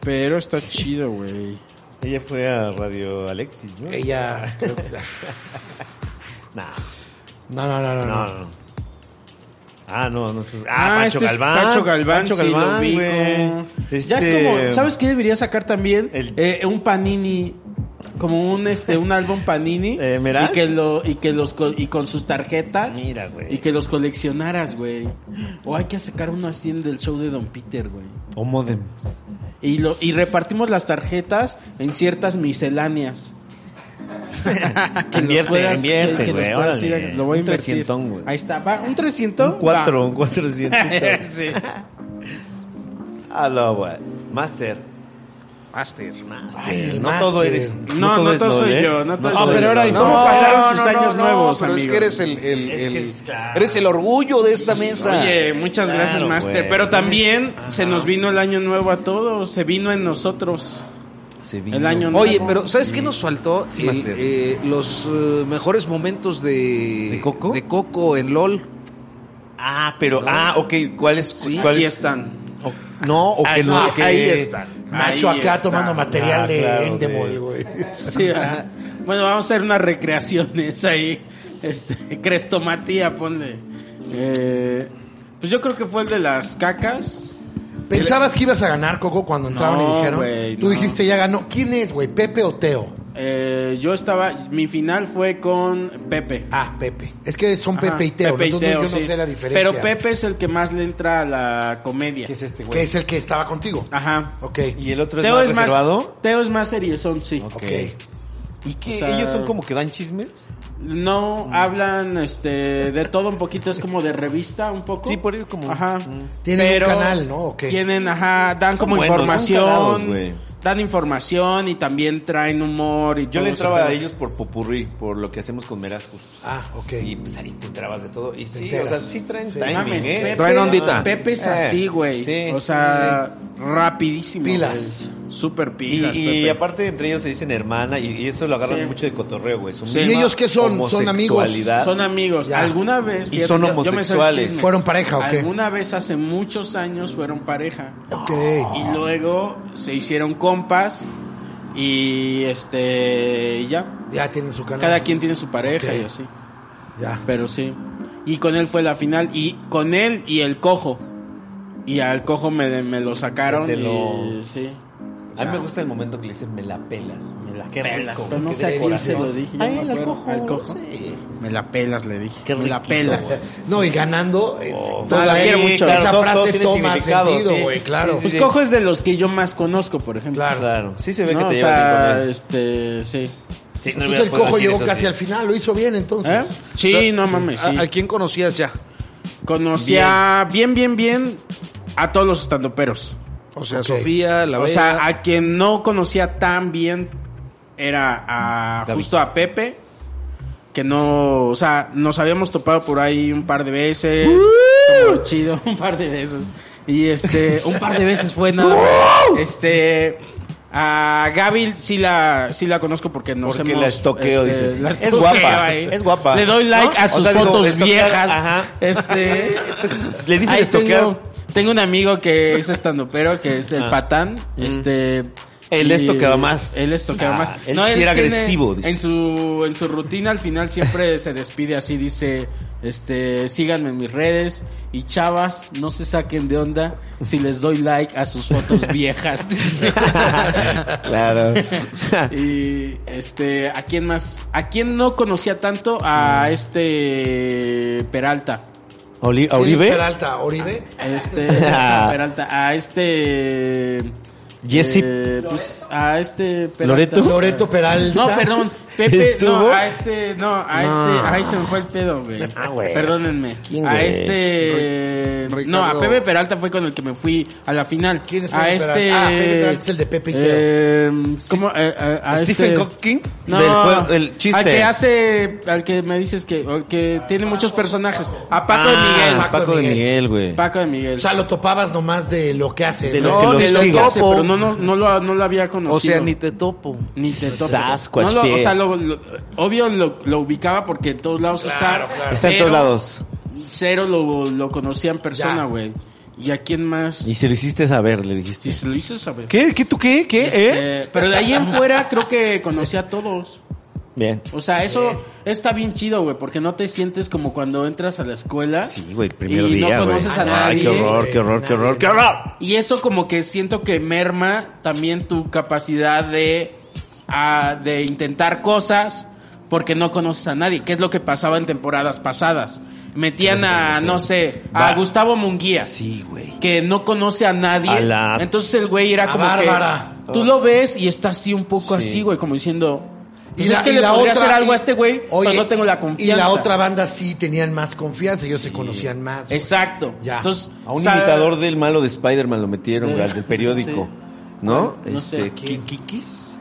Speaker 2: pero está chido, güey.
Speaker 3: ella fue a Radio Alexis, ¿no?
Speaker 1: Ella.
Speaker 3: Nah,
Speaker 1: No, no, no, no.
Speaker 3: no,
Speaker 1: no.
Speaker 3: no, no. Ah, no, no. sé. Ah,
Speaker 2: Ah,
Speaker 3: Pancho
Speaker 2: este es
Speaker 3: Galván.
Speaker 2: Pancho Galván,
Speaker 3: Pancho
Speaker 2: sí, lo
Speaker 3: Galván,
Speaker 2: ubico.
Speaker 3: güey. Este-
Speaker 2: Ya es como, ¿sabes qué debería sacar también?
Speaker 3: El-
Speaker 2: Eh, un panini, como un este, un álbum panini.
Speaker 3: Eh, ¿Meraz?
Speaker 2: y que lo, y que los co- y con sus tarjetas.
Speaker 3: Mira, güey.
Speaker 2: Y que los coleccionaras, güey. O hay que sacar uno así del show de Don Peter, güey.
Speaker 3: O Modems.
Speaker 2: Y lo, y repartimos las tarjetas en ciertas misceláneas. Que los
Speaker 3: Invierte,
Speaker 2: puedas-
Speaker 3: invierte,
Speaker 2: que- que los
Speaker 3: güey,
Speaker 2: puedas
Speaker 3: órale.
Speaker 2: ir a- Lo voy a
Speaker 3: Un
Speaker 2: invertir.
Speaker 3: trescientón, güey.
Speaker 2: Ahí está, va, un 300.
Speaker 3: Un cuatro, un cuatrocientos.
Speaker 2: sí.
Speaker 3: Aló, güey. Master.
Speaker 6: Master.
Speaker 1: Ay, el
Speaker 3: No todo
Speaker 1: máster.
Speaker 3: eres.
Speaker 2: No, no
Speaker 3: es
Speaker 2: todo soy
Speaker 3: ¿eh?
Speaker 2: yo, no todo
Speaker 1: soy
Speaker 3: pero
Speaker 1: yo.
Speaker 3: ahora
Speaker 1: ¿y
Speaker 2: No,
Speaker 1: cómo
Speaker 2: pasaron sus años nuevos,
Speaker 6: pero es
Speaker 2: amigo?
Speaker 6: que eres el, el-
Speaker 3: Es
Speaker 6: el-
Speaker 3: que es claro.
Speaker 6: eres el orgullo de esta mesa.
Speaker 2: Oye, muchas
Speaker 3: Claro,
Speaker 2: gracias, Master.
Speaker 3: güey.
Speaker 2: Pero también se nos vino el año nuevo a todos. Se vino en nosotros.
Speaker 3: Se vino.
Speaker 2: El año nuevo.
Speaker 6: Oye, pero ¿sabes qué nos faltó?
Speaker 3: Sí,
Speaker 6: El,
Speaker 3: Master.
Speaker 6: eh, los eh, mejores momentos de,
Speaker 3: ¿De Coco?
Speaker 6: de Coco en LOL.
Speaker 3: Ah, pero, ah, ok, ¿cuál es? cuál
Speaker 2: aquí
Speaker 3: es-
Speaker 2: están.
Speaker 3: o- no, o que
Speaker 6: Ah,
Speaker 3: no,
Speaker 6: no,
Speaker 3: que-
Speaker 6: ahí están.
Speaker 1: Nacho
Speaker 2: Ahí
Speaker 1: acá
Speaker 2: está.
Speaker 1: tomando material
Speaker 3: Ah,
Speaker 1: de
Speaker 3: claro,
Speaker 1: Endemol,
Speaker 3: sí.
Speaker 1: güey.
Speaker 2: Sí, ajá. bueno, vamos a hacer unas recreaciones ahí. Este, crestomatía, ponle. Eh, pues yo creo que fue el de las cacas.
Speaker 1: ¿Pensabas que ibas a ganar, Coco, cuando entraron
Speaker 2: No,
Speaker 1: y dijeron?
Speaker 2: güey,
Speaker 1: Tú
Speaker 2: no.
Speaker 1: dijiste, ya ganó. ¿Quién es, güey? ¿Pepe o Teo?
Speaker 2: Eh, yo estaba. Mi final fue con Pepe.
Speaker 1: Ah, Pepe. Es que son
Speaker 2: Ajá,
Speaker 1: Pepe y Teo.
Speaker 2: Pepe y
Speaker 1: entonces
Speaker 2: Teo,
Speaker 1: yo no
Speaker 2: sí.
Speaker 1: sé la diferencia.
Speaker 2: Pero Pepe es el que más le entra a la comedia.
Speaker 3: ¿Qué es este
Speaker 1: Que
Speaker 3: güey?
Speaker 1: es el que estaba contigo.
Speaker 2: Ajá.
Speaker 1: Ok.
Speaker 3: ¿Y el otro es más reservado?
Speaker 2: Teo es más seriezón, sí.
Speaker 1: Ok.
Speaker 3: ¿Y que
Speaker 2: O sea-
Speaker 3: ellos son como que dan chismes?
Speaker 2: No
Speaker 1: Mm.
Speaker 2: hablan este de todo un poquito, es como de revista un poco.
Speaker 3: Sí, por eso como-
Speaker 2: Ajá.
Speaker 3: Mm.
Speaker 1: Tienen un canal, ¿no? ¿O qué?
Speaker 2: Tienen, ajá, dan
Speaker 3: Son
Speaker 2: como
Speaker 3: buenos, son
Speaker 2: información.
Speaker 3: cagados, güey.
Speaker 2: dan información y también traen humor
Speaker 3: Yo
Speaker 2: y
Speaker 3: le
Speaker 2: todo ese
Speaker 3: entraba a
Speaker 2: pedo.
Speaker 3: ellos por popurrí, por lo que hacemos con Meraz justo.
Speaker 1: Ah, ok.
Speaker 3: Y pues ahí te entrabas de todo. Y sí, o
Speaker 1: enteras.
Speaker 3: sea, sí traen
Speaker 1: Sí.
Speaker 3: timing,
Speaker 2: Mames,
Speaker 3: ¿eh?
Speaker 2: Pepe-
Speaker 6: Traen ondita.
Speaker 2: Pepe es
Speaker 3: Eh,
Speaker 2: así, güey.
Speaker 3: sí.
Speaker 2: o sea, rapidísimo.
Speaker 1: Pilas.
Speaker 2: güey. Súper
Speaker 3: Y,
Speaker 2: pilas.
Speaker 3: y
Speaker 2: Pepe.
Speaker 3: aparte entre ellos se dicen hermana y, y eso lo agarran
Speaker 2: Sí.
Speaker 3: mucho de cotorreo, güey. Su
Speaker 2: Sí.
Speaker 3: misma
Speaker 2: ¿Y
Speaker 1: ellos qué son? ¿Son amigos?
Speaker 3: homosexualidad.
Speaker 2: Son amigos.
Speaker 1: Ya.
Speaker 2: Alguna vez.
Speaker 3: Y son
Speaker 2: yo- yo me sé el
Speaker 3: homosexuales.
Speaker 2: chisme.
Speaker 1: ¿Fueron pareja o qué?
Speaker 2: Alguna vez hace muchos años fueron pareja.
Speaker 1: Ok.
Speaker 2: Y luego se hicieron compas. Y este. y Ya.
Speaker 1: Ya tienen su canal.
Speaker 2: Cada quien tiene su pareja
Speaker 1: Ok.
Speaker 2: y así.
Speaker 1: Ya.
Speaker 2: Pero sí. Y con él fue la final. Y con él y el cojo. Y al cojo me, me lo sacaron.
Speaker 3: Te
Speaker 2: y-
Speaker 3: lo-
Speaker 2: sí.
Speaker 3: A mí me gusta el momento que le dicen me la pelas. Me la
Speaker 2: Qué pelas. pero no
Speaker 3: qué
Speaker 2: sé a quién se
Speaker 3: decoración.
Speaker 2: lo dije. yo
Speaker 3: Ay,
Speaker 2: me
Speaker 3: al
Speaker 2: acuerdo.
Speaker 3: cojo,
Speaker 2: Al cojo.
Speaker 3: sí.
Speaker 2: Me la pelas, le dije.
Speaker 3: Qué
Speaker 2: me la
Speaker 3: riquito, güey.
Speaker 2: pelas.
Speaker 1: No, y ganando. eh, todavía
Speaker 2: la quiero mucho.
Speaker 1: Esa
Speaker 3: Todo- todo
Speaker 1: frase
Speaker 3: tiene
Speaker 1: toma
Speaker 3: significado,
Speaker 1: sentido,
Speaker 3: sí.
Speaker 1: güey, claro.
Speaker 3: Sí, sí,
Speaker 2: Pues cojo es de los que yo más conozco, por ejemplo.
Speaker 1: Claro.
Speaker 3: Claro, sí se ve
Speaker 2: No,
Speaker 3: que te
Speaker 2: o
Speaker 3: llevas ¿eh? bien
Speaker 2: sea,
Speaker 3: con él.
Speaker 2: este,
Speaker 3: Sí,
Speaker 2: sí.
Speaker 3: no
Speaker 1: Entonces Pues, el
Speaker 3: hubiera podido
Speaker 1: cojo
Speaker 3: decir
Speaker 1: llegó
Speaker 3: eso
Speaker 1: casi
Speaker 3: pues así.
Speaker 1: al final, lo hizo bien
Speaker 2: ¿Eh?
Speaker 1: entonces.
Speaker 2: Sí,
Speaker 6: O sea,
Speaker 2: no mames, sí.
Speaker 6: ¿A, a quién conocías ya?
Speaker 2: Conocía bien. bien, bien, a todos los estandoperos.
Speaker 6: O sea,
Speaker 1: Ok.
Speaker 6: Sofía, la
Speaker 2: o
Speaker 6: Bella.
Speaker 2: sea, a quien no conocía tan bien era a
Speaker 3: David.
Speaker 2: justo a Pepe, que no, o sea, nos habíamos topado por ahí un par de veces. Estuvo chido, un par de veces. Y este, un par de veces fue nada. más. Este, A Gaby sí la, sí la conozco porque este, no
Speaker 3: Porque la estoqueo, dices. Es guapa, es guapa.
Speaker 2: Le doy like
Speaker 3: ¿No?
Speaker 2: a
Speaker 3: O
Speaker 2: sus
Speaker 3: sea, digo,
Speaker 2: fotos
Speaker 3: estoquear,
Speaker 2: viejas.
Speaker 3: ajá.
Speaker 2: Este,
Speaker 3: Pues, le dicen
Speaker 2: ahí
Speaker 3: estoquear.
Speaker 2: Tengo, tengo un amigo que es estandopero, que es el
Speaker 3: Ah.
Speaker 2: patán. Este.
Speaker 3: Él
Speaker 2: y-
Speaker 3: estoqueaba más.
Speaker 2: Él estoqueaba
Speaker 3: Ah,
Speaker 2: más.
Speaker 3: él sí era
Speaker 2: tiene-
Speaker 3: agresivo, dices.
Speaker 2: En su, en su rutina al final siempre se despide así, dice. Este, síganme en mis redes y chavas, no se saquen de onda si les doy like a sus fotos viejas. dice.
Speaker 3: claro.
Speaker 2: Y este, ¿a quién más? ¿A quién no conocía tanto?
Speaker 3: Mm.
Speaker 2: A este Peralta.
Speaker 3: Oli- ¿A
Speaker 1: ¿Quién es
Speaker 3: Oribe?
Speaker 1: Peralta, Oribe.
Speaker 2: A este a Peralta, a este
Speaker 3: Jesse.
Speaker 2: eh, pues, a este Peralta.
Speaker 3: ¿Loreto?
Speaker 1: Loreto Peralta.
Speaker 2: No, perdón, Pepe,
Speaker 3: ¿Estuvo?
Speaker 2: no, a este, no, a este, ay, se me fue el pedo, güey.
Speaker 3: Ah, güey.
Speaker 2: Perdónenme.
Speaker 3: ¿Quién,
Speaker 2: a
Speaker 3: güey?
Speaker 2: este,
Speaker 1: Ri-
Speaker 2: no, a
Speaker 1: Ricardo.
Speaker 2: Pepe Peralta fue con el que me fui a la final.
Speaker 1: ¿Quién es
Speaker 2: a
Speaker 1: Pepe
Speaker 2: este,
Speaker 1: Peralta? Ah, Pepe Peralta es el de Pepe y Teo.
Speaker 2: eh, ¿Cómo? Eh, a, a
Speaker 3: Stephen
Speaker 2: este-
Speaker 3: Hawking
Speaker 2: No,
Speaker 3: del juego- del chiste.
Speaker 2: Al que hace, al que me dices que, al que tiene muchos personajes. A Paco
Speaker 3: Ah,
Speaker 2: de Miguel.
Speaker 3: Paco de
Speaker 1: Miguel.
Speaker 3: Miguel, güey.
Speaker 2: Paco de Miguel.
Speaker 1: O sea, lo topabas nomás de lo que hace.
Speaker 3: De
Speaker 1: ¿no?
Speaker 3: lo que lo
Speaker 2: de
Speaker 3: siga.
Speaker 2: que hace, pero no, no, no, lo, no lo había conocido.
Speaker 7: O sea, ni te topo.
Speaker 2: Ni te topo.
Speaker 3: Sasquatch,
Speaker 2: No lo- o
Speaker 3: pie.
Speaker 2: sea, lo- lo- obvio lo, lo ubicaba porque en todos lados está.
Speaker 3: Está en
Speaker 2: pero
Speaker 3: todos lados.
Speaker 2: Cero lo, lo conocía en persona,
Speaker 1: Ya.
Speaker 2: güey. ¿Y a quién más?
Speaker 3: Y se lo hiciste saber, le
Speaker 2: Si
Speaker 3: dijiste.
Speaker 2: se lo hice saber.
Speaker 3: ¿Qué? ¿Qué? ¿Tú qué? ¿Qué? ¿Eh?
Speaker 2: Eh, pero de ahí en fuera creo que conocí a todos.
Speaker 3: Bien.
Speaker 2: O sea, eso está bien chido, güey, porque no te sientes como cuando entras a la escuela.
Speaker 3: Sí, güey, el primer
Speaker 2: y
Speaker 3: día,
Speaker 2: no
Speaker 3: güey.
Speaker 2: conoces a
Speaker 3: Ay,
Speaker 2: nadie.
Speaker 3: qué horror, qué horror, qué horror, qué horror.
Speaker 2: Y eso como que siento que merma también tu capacidad de, ah, de intentar cosas porque no conoces a nadie, que es lo que pasaba en temporadas pasadas. Metían a, no sé, a
Speaker 3: Va.
Speaker 2: Gustavo Munguía,
Speaker 3: Sí, güey.
Speaker 2: que no conoce a nadie.
Speaker 3: A la-
Speaker 2: Entonces el güey era
Speaker 1: A
Speaker 2: como
Speaker 1: Bárbara.
Speaker 2: que... Tú lo ves y está así un poco
Speaker 3: Sí.
Speaker 2: así, güey, como diciendo...
Speaker 1: Y
Speaker 2: pues
Speaker 1: la-
Speaker 2: es que
Speaker 1: y
Speaker 2: le
Speaker 1: la
Speaker 2: podría
Speaker 1: otra-
Speaker 2: hacer algo
Speaker 1: y-
Speaker 2: a este güey,
Speaker 1: oye,
Speaker 2: pero no tengo la confianza.
Speaker 1: Y la otra banda sí tenían más confianza, ellos se conocían más. güey.
Speaker 2: Exacto.
Speaker 1: Ya.
Speaker 2: Entonces,
Speaker 3: A un
Speaker 2: o sea,
Speaker 3: imitador del malo de Spider-Man lo metieron,
Speaker 2: de-
Speaker 3: güey, al del periódico.
Speaker 2: sí.
Speaker 3: ¿No?
Speaker 2: No sé,
Speaker 3: Este,
Speaker 2: ¿quién?
Speaker 3: ¿Kikis?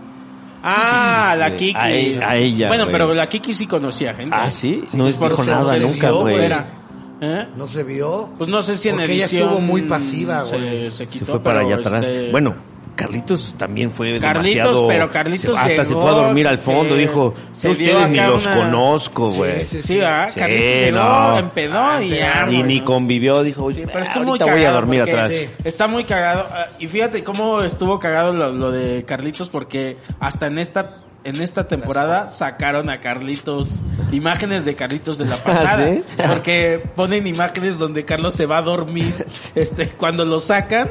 Speaker 2: Ah,
Speaker 3: Kikis,
Speaker 2: la
Speaker 3: güey.
Speaker 2: Kiki.
Speaker 3: A e- a ella,
Speaker 2: Bueno,
Speaker 3: güey.
Speaker 2: pero la Kiki sí conocía gente.
Speaker 3: Ah, ¿sí? No es
Speaker 1: no
Speaker 3: dijo
Speaker 1: sé,
Speaker 3: nada
Speaker 1: no le
Speaker 3: nunca,
Speaker 1: dio,
Speaker 3: güey.
Speaker 1: güey.
Speaker 2: Era. ¿Eh?
Speaker 1: ¿No se vio?
Speaker 2: Pues no sé si en
Speaker 1: Porque ella
Speaker 2: edición...
Speaker 1: estuvo muy pasiva,
Speaker 2: se-
Speaker 1: güey.
Speaker 2: Eh, Se,
Speaker 3: Se
Speaker 2: quitó,
Speaker 3: fue para allá
Speaker 2: pero,
Speaker 3: atrás.
Speaker 2: este,
Speaker 3: Bueno, Carlitos también fue
Speaker 2: Carlitos,
Speaker 3: demasiado...
Speaker 2: pero Carlitos
Speaker 3: se- Hasta se
Speaker 2: llegó,
Speaker 3: fue a dormir al fondo,
Speaker 2: se-
Speaker 3: dijo,
Speaker 2: se
Speaker 3: "Yo
Speaker 2: dio
Speaker 3: ustedes ni
Speaker 2: acá
Speaker 3: los
Speaker 2: una-
Speaker 3: conozco, güey.
Speaker 1: sí,
Speaker 2: Sí, ¿verdad?
Speaker 3: Sí,
Speaker 2: Carlitos llegó,
Speaker 3: no. Ah,
Speaker 2: empedó y ya,
Speaker 3: Y
Speaker 2: güey,
Speaker 3: ni
Speaker 2: no
Speaker 3: convivió, dijo,
Speaker 2: Sí, pero
Speaker 3: "Ah,
Speaker 2: estuvo muy
Speaker 3: ahorita
Speaker 2: cagado
Speaker 3: voy a dormir
Speaker 2: porque
Speaker 3: atrás.
Speaker 2: sí, Está muy cagado. Ah, Y fíjate cómo estuvo cagado lo, lo de Carlitos porque hasta en esta en esta temporada sacaron a Carlitos imágenes de Carlitos de la pasada
Speaker 3: ¿Ah, ¿sí?
Speaker 2: porque ponen imágenes donde Carlos se va a dormir este cuando lo sacan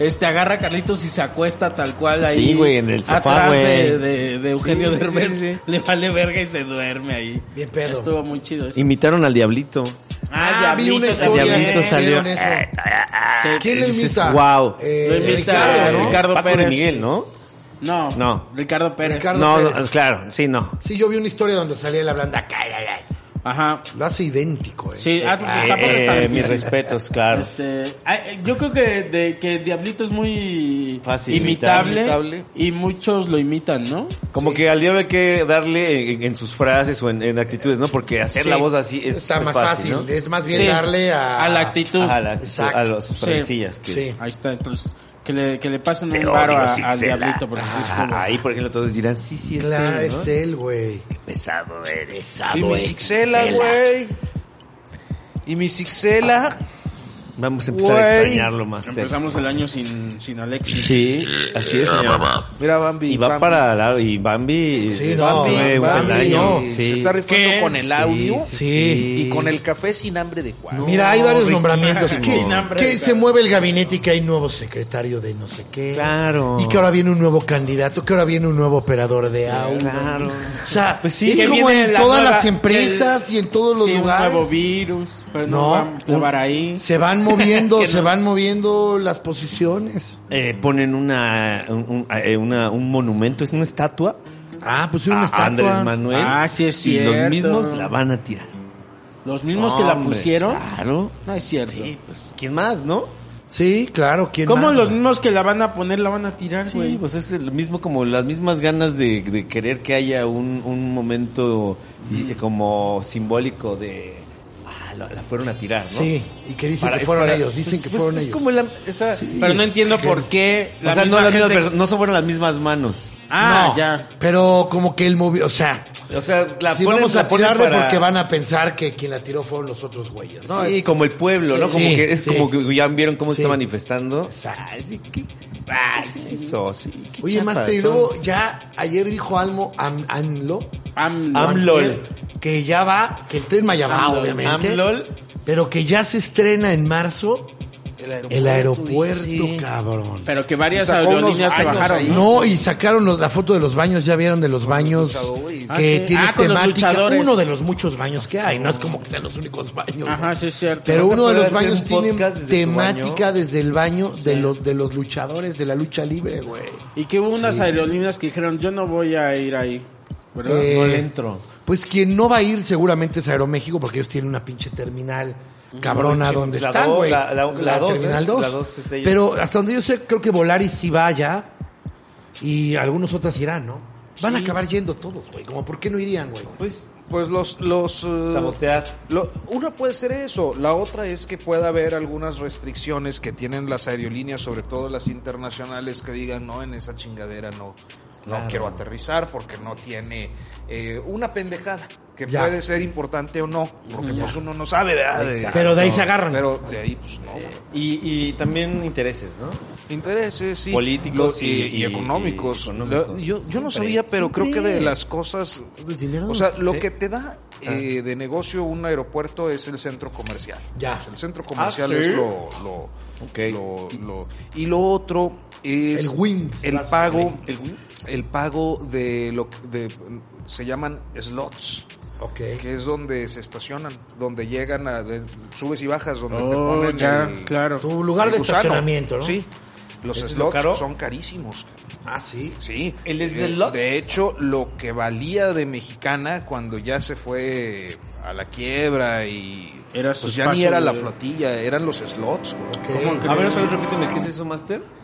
Speaker 2: este agarra a Carlitos y se acuesta tal cual ahí
Speaker 3: Sí, güey, en el sofá,
Speaker 2: atrás
Speaker 3: güey.
Speaker 2: de, de- de Eugenio
Speaker 3: Sí, sí,
Speaker 2: Derbez
Speaker 3: sí.
Speaker 2: le vale verga y se duerme ahí
Speaker 1: Bien pedo.
Speaker 2: estuvo muy chido eso.
Speaker 3: Imitaron al Diablito.
Speaker 1: Ah, vi una
Speaker 2: Diablito
Speaker 1: historia
Speaker 2: también.
Speaker 3: Diablito
Speaker 1: que
Speaker 3: salió. Ah,
Speaker 1: hicieron eso. ¿Quién le
Speaker 3: Dices,
Speaker 1: imita?
Speaker 3: "Guau".
Speaker 1: Eh,
Speaker 2: Lo imita
Speaker 1: Ricardo,
Speaker 2: el
Speaker 1: ¿no?
Speaker 2: Ricardo
Speaker 3: Paco
Speaker 2: Pérez.
Speaker 3: de Miguel, ¿no?
Speaker 2: No.
Speaker 3: No.
Speaker 2: Ricardo Pérez.
Speaker 1: Ricardo
Speaker 3: No, no,
Speaker 1: Pérez.
Speaker 3: claro, sí, no.
Speaker 1: Sí, yo vi una historia donde salía la blanda. "Ay, ay, ay".
Speaker 2: Ajá.
Speaker 1: Lo hace idéntico, eh.
Speaker 2: Sí, ah, porque
Speaker 3: Eh,
Speaker 2: tampoco está
Speaker 3: eh,
Speaker 2: difícil.
Speaker 3: mis respetos, claro.
Speaker 2: Este, ay, eh, yo creo que, de, que Diablito es muy
Speaker 3: Fácil,
Speaker 2: imitable,
Speaker 6: imitable.
Speaker 2: y muchos lo imitan, ¿no?
Speaker 3: Como que al diablo hay que darle en, en sus frases o en, en actitudes, ¿no? Porque hacer
Speaker 1: Sí.
Speaker 3: la voz así es,
Speaker 1: Está
Speaker 3: es
Speaker 1: más
Speaker 3: fácil,
Speaker 1: fácil.
Speaker 3: ¿no?
Speaker 1: Es más bien
Speaker 2: Sí.
Speaker 1: darle a...
Speaker 2: A la actitud.
Speaker 3: Ajá, la-
Speaker 1: Exacto.
Speaker 3: a las sus
Speaker 2: Sí.
Speaker 3: frasecillas que-
Speaker 1: Sí.
Speaker 2: Ahí está, entonces que le, que le pasen
Speaker 3: Te
Speaker 2: un varo
Speaker 3: odio,
Speaker 2: a- al
Speaker 3: Cixela.
Speaker 2: Diablito porque sí es
Speaker 3: Ah,
Speaker 2: como-
Speaker 3: Ahí, por ejemplo, todos dirán, sí, sí, es
Speaker 1: Claro,
Speaker 3: él, ¿no?
Speaker 1: es él, güey.
Speaker 3: Pesado eres.
Speaker 6: Y mi Sixela, güey. Y mi Sixela.
Speaker 2: Ah,
Speaker 3: Vamos a empezar a
Speaker 6: Güey.
Speaker 3: extrañarlo más cerca.
Speaker 2: Empezamos el año sin, sin Alexis.
Speaker 3: Sí, así es, señor.
Speaker 6: Mira, Bambi.
Speaker 3: Y va
Speaker 6: Bambi.
Speaker 3: para la... Y Bambi... eh,
Speaker 1: Sí, no,
Speaker 3: Bambi,
Speaker 6: Bambi,
Speaker 3: nuevo
Speaker 6: Bambi,
Speaker 3: el año.
Speaker 1: no.
Speaker 6: Se
Speaker 3: Sí.
Speaker 6: está rifando
Speaker 2: ¿Qué?
Speaker 6: con el audio
Speaker 3: Sí,
Speaker 1: Sí.
Speaker 6: y con el café sin hambre de Juan.
Speaker 1: Mira, hay varios
Speaker 3: riquísimo.
Speaker 1: nombramientos. ¿Qué,
Speaker 2: Sin hambre,
Speaker 1: qué
Speaker 2: claro.
Speaker 1: se mueve el gabinete y que hay nuevo secretario de no sé qué?
Speaker 3: Claro.
Speaker 1: Y que ahora viene un nuevo candidato, que ahora viene un nuevo operador de audio.
Speaker 3: Claro.
Speaker 1: O sea,
Speaker 3: Pues sí.
Speaker 1: es
Speaker 2: Que
Speaker 1: como
Speaker 2: viene
Speaker 1: en
Speaker 2: la
Speaker 1: todas
Speaker 2: nueva-
Speaker 1: las empresas y en todos los
Speaker 2: Sí, un
Speaker 1: lugares.
Speaker 2: nuevo virus, pero no,
Speaker 1: No,
Speaker 2: van a clavar ahí.
Speaker 1: Se van moviendo, se van moviendo las posiciones.
Speaker 3: Eh, ponen una un, un- eh, una- un monumento, es una estatua
Speaker 1: Ah, pues una
Speaker 3: a
Speaker 1: estatua.
Speaker 3: Andrés Manuel.
Speaker 2: Ah, sí es
Speaker 3: Y
Speaker 2: cierto.
Speaker 3: los mismos la van a tirar.
Speaker 2: Los mismos que la
Speaker 3: Hombre,
Speaker 2: pusieron,
Speaker 3: Claro.
Speaker 2: no es cierto.
Speaker 3: Sí, pues, ¿quién más, no?
Speaker 1: Sí, claro, ¿quién
Speaker 2: ¿Cómo
Speaker 1: más,
Speaker 2: los
Speaker 1: güey?
Speaker 2: mismos que la van a poner la van a tirar,
Speaker 3: Sí,
Speaker 2: güey?
Speaker 3: pues es lo mismo como las mismas ganas de, de querer que haya un, un momento y- como simbólico de ah, la, la fueron a tirar, ¿no?
Speaker 1: Sí, y que dicen
Speaker 3: Para-
Speaker 1: que fueron
Speaker 3: para-
Speaker 1: ellos, dicen
Speaker 3: pues-
Speaker 1: que
Speaker 3: pues
Speaker 1: fueron
Speaker 3: es
Speaker 1: ellos.
Speaker 3: como la- esa-
Speaker 2: Pero no entiendo por qué.
Speaker 3: o sea, no, las mismas
Speaker 2: gente-
Speaker 3: perso- no son- fueron las mismas manos.
Speaker 2: Ah,
Speaker 1: no,
Speaker 2: ya.
Speaker 1: Pero como que el movió, o sea,
Speaker 3: O sea, la
Speaker 1: si
Speaker 3: ponen-
Speaker 1: vamos
Speaker 3: la
Speaker 1: a
Speaker 3: ponen
Speaker 1: tirarle
Speaker 3: para-
Speaker 1: porque van a pensar que quien la tiró fueron los otros güeyes, ¿no?
Speaker 3: sí,
Speaker 1: Es-
Speaker 3: como el pueblo, ¿no?
Speaker 1: Sí,
Speaker 3: Como que es
Speaker 1: sí.
Speaker 3: como que ya vieron cómo se
Speaker 1: Sí.
Speaker 3: está manifestando.
Speaker 1: Exacto.
Speaker 3: Ah, sí, eso, sí, qué
Speaker 1: Oye,
Speaker 3: chafa,
Speaker 1: Master, y
Speaker 3: son-
Speaker 1: luego ya ayer dijo Almo, Am- AMLO,
Speaker 2: AMLO.
Speaker 1: Ah,
Speaker 3: AMLOL. Ah,
Speaker 1: que ya va, que el tren Mayabá,
Speaker 2: AMLOL.
Speaker 1: obviamente,
Speaker 3: AMLOL.
Speaker 1: pero que ya se estrena en marzo
Speaker 6: El aeropuerto.
Speaker 1: el aeropuerto,
Speaker 6: y- sí.
Speaker 1: cabrón.
Speaker 2: Pero que varias
Speaker 6: Sacó unos
Speaker 2: aerolíneas se
Speaker 6: baños ahí.
Speaker 2: bajaron. ¿no?
Speaker 1: No, y sacaron los- la foto de los baños, ya vieron de los baños
Speaker 6: luchadores.
Speaker 1: que
Speaker 2: Ah, sí.
Speaker 1: tiene
Speaker 2: Ah, con los
Speaker 1: temática.
Speaker 2: luchadores.
Speaker 1: Uno de los muchos baños que hay, no es como que sean los únicos baños.
Speaker 2: Ajá, sí es cierto.
Speaker 1: Pero
Speaker 3: ¿Vas a
Speaker 1: uno de
Speaker 3: poder
Speaker 1: los
Speaker 3: hacer
Speaker 1: baños
Speaker 3: un
Speaker 1: tiene
Speaker 3: podcast desde tu
Speaker 1: temática
Speaker 3: baño?
Speaker 1: desde el baño de los de los luchadores de la lucha libre, güey.
Speaker 2: Y que hubo unas aerolíneas que dijeron, yo no voy a ir ahí. ¿Verdad?
Speaker 1: Eh,
Speaker 3: No le entro.
Speaker 1: Pues quien no va a ir seguramente es Aeroméxico porque ellos tienen una pinche terminal cabrona
Speaker 3: La
Speaker 1: donde
Speaker 3: do-
Speaker 1: están, güey.
Speaker 3: la- la- la dos,
Speaker 1: terminal
Speaker 3: ¿eh?
Speaker 1: 2.
Speaker 3: La dos es de ellos.
Speaker 1: Pero hasta donde yo sé, creo que Volaris sí va allá y algunos otras irán, ¿no? Van a acabar yendo todos, güey. Como, ¿por qué no irían, güey?
Speaker 3: Pues,
Speaker 6: Pues los... los eh,
Speaker 3: sabotear.
Speaker 6: lo- una puede ser eso, la otra es que pueda haber algunas restricciones que tienen las aerolíneas, sobre todo las internacionales, que digan, no, en esa chingadera no,
Speaker 3: Claro.
Speaker 6: no quiero aterrizar porque no tiene eh, una pendejada, que
Speaker 1: Ya.
Speaker 6: puede ser importante o no, porque pues uno no sabe, ¿verdad? De-
Speaker 1: Pero de ahí se agarran.
Speaker 6: Pero de ahí pues no. güey.
Speaker 3: Eh, Y, y también intereses, ¿no?
Speaker 6: Intereses sí.
Speaker 3: Políticos
Speaker 6: Lo-
Speaker 3: y-
Speaker 6: y,
Speaker 3: y-
Speaker 6: y económicos.
Speaker 3: y económicos.
Speaker 6: Lo- Yo, yo
Speaker 3: Siempre.
Speaker 6: no sabía, pero creo que de
Speaker 3: Siempre.
Speaker 6: las cosas...
Speaker 1: Pues dinero.
Speaker 6: O sea, lo
Speaker 3: Sí.
Speaker 6: que te da eh, de negocio un aeropuerto es el centro comercial.
Speaker 1: Ya.
Speaker 6: El centro comercial
Speaker 3: Ah, ¿sí?
Speaker 6: es lo, lo,
Speaker 3: Ok.
Speaker 6: lo- lo- Y lo otro es...
Speaker 1: El Wings.
Speaker 6: El pago... El, pago de lo de se llaman slots
Speaker 1: ok.
Speaker 6: que es donde se estacionan donde llegan a de- subes y bajas donde te
Speaker 2: Oh,
Speaker 6: ponen
Speaker 2: ya,
Speaker 6: el-
Speaker 2: claro.
Speaker 1: Tu lugar
Speaker 6: el
Speaker 1: de
Speaker 6: gusano.
Speaker 1: estacionamiento, ¿no?
Speaker 6: Sí. Los
Speaker 3: ¿Ese es lo
Speaker 6: slots
Speaker 3: caro?
Speaker 6: son carísimos.
Speaker 1: Ah, sí.
Speaker 6: Sí.
Speaker 3: ¿El
Speaker 6: Eh,
Speaker 3: slot?
Speaker 6: De hecho, lo que valía de mexicana cuando ya se fue a la quiebra y.
Speaker 2: Era su
Speaker 6: pues ya ni
Speaker 2: espacio
Speaker 6: era la
Speaker 2: de-
Speaker 6: flotilla, eran los slots. güey.
Speaker 1: Ok.
Speaker 3: A ver, otra vez repíteme, ¿qué es eso, Master?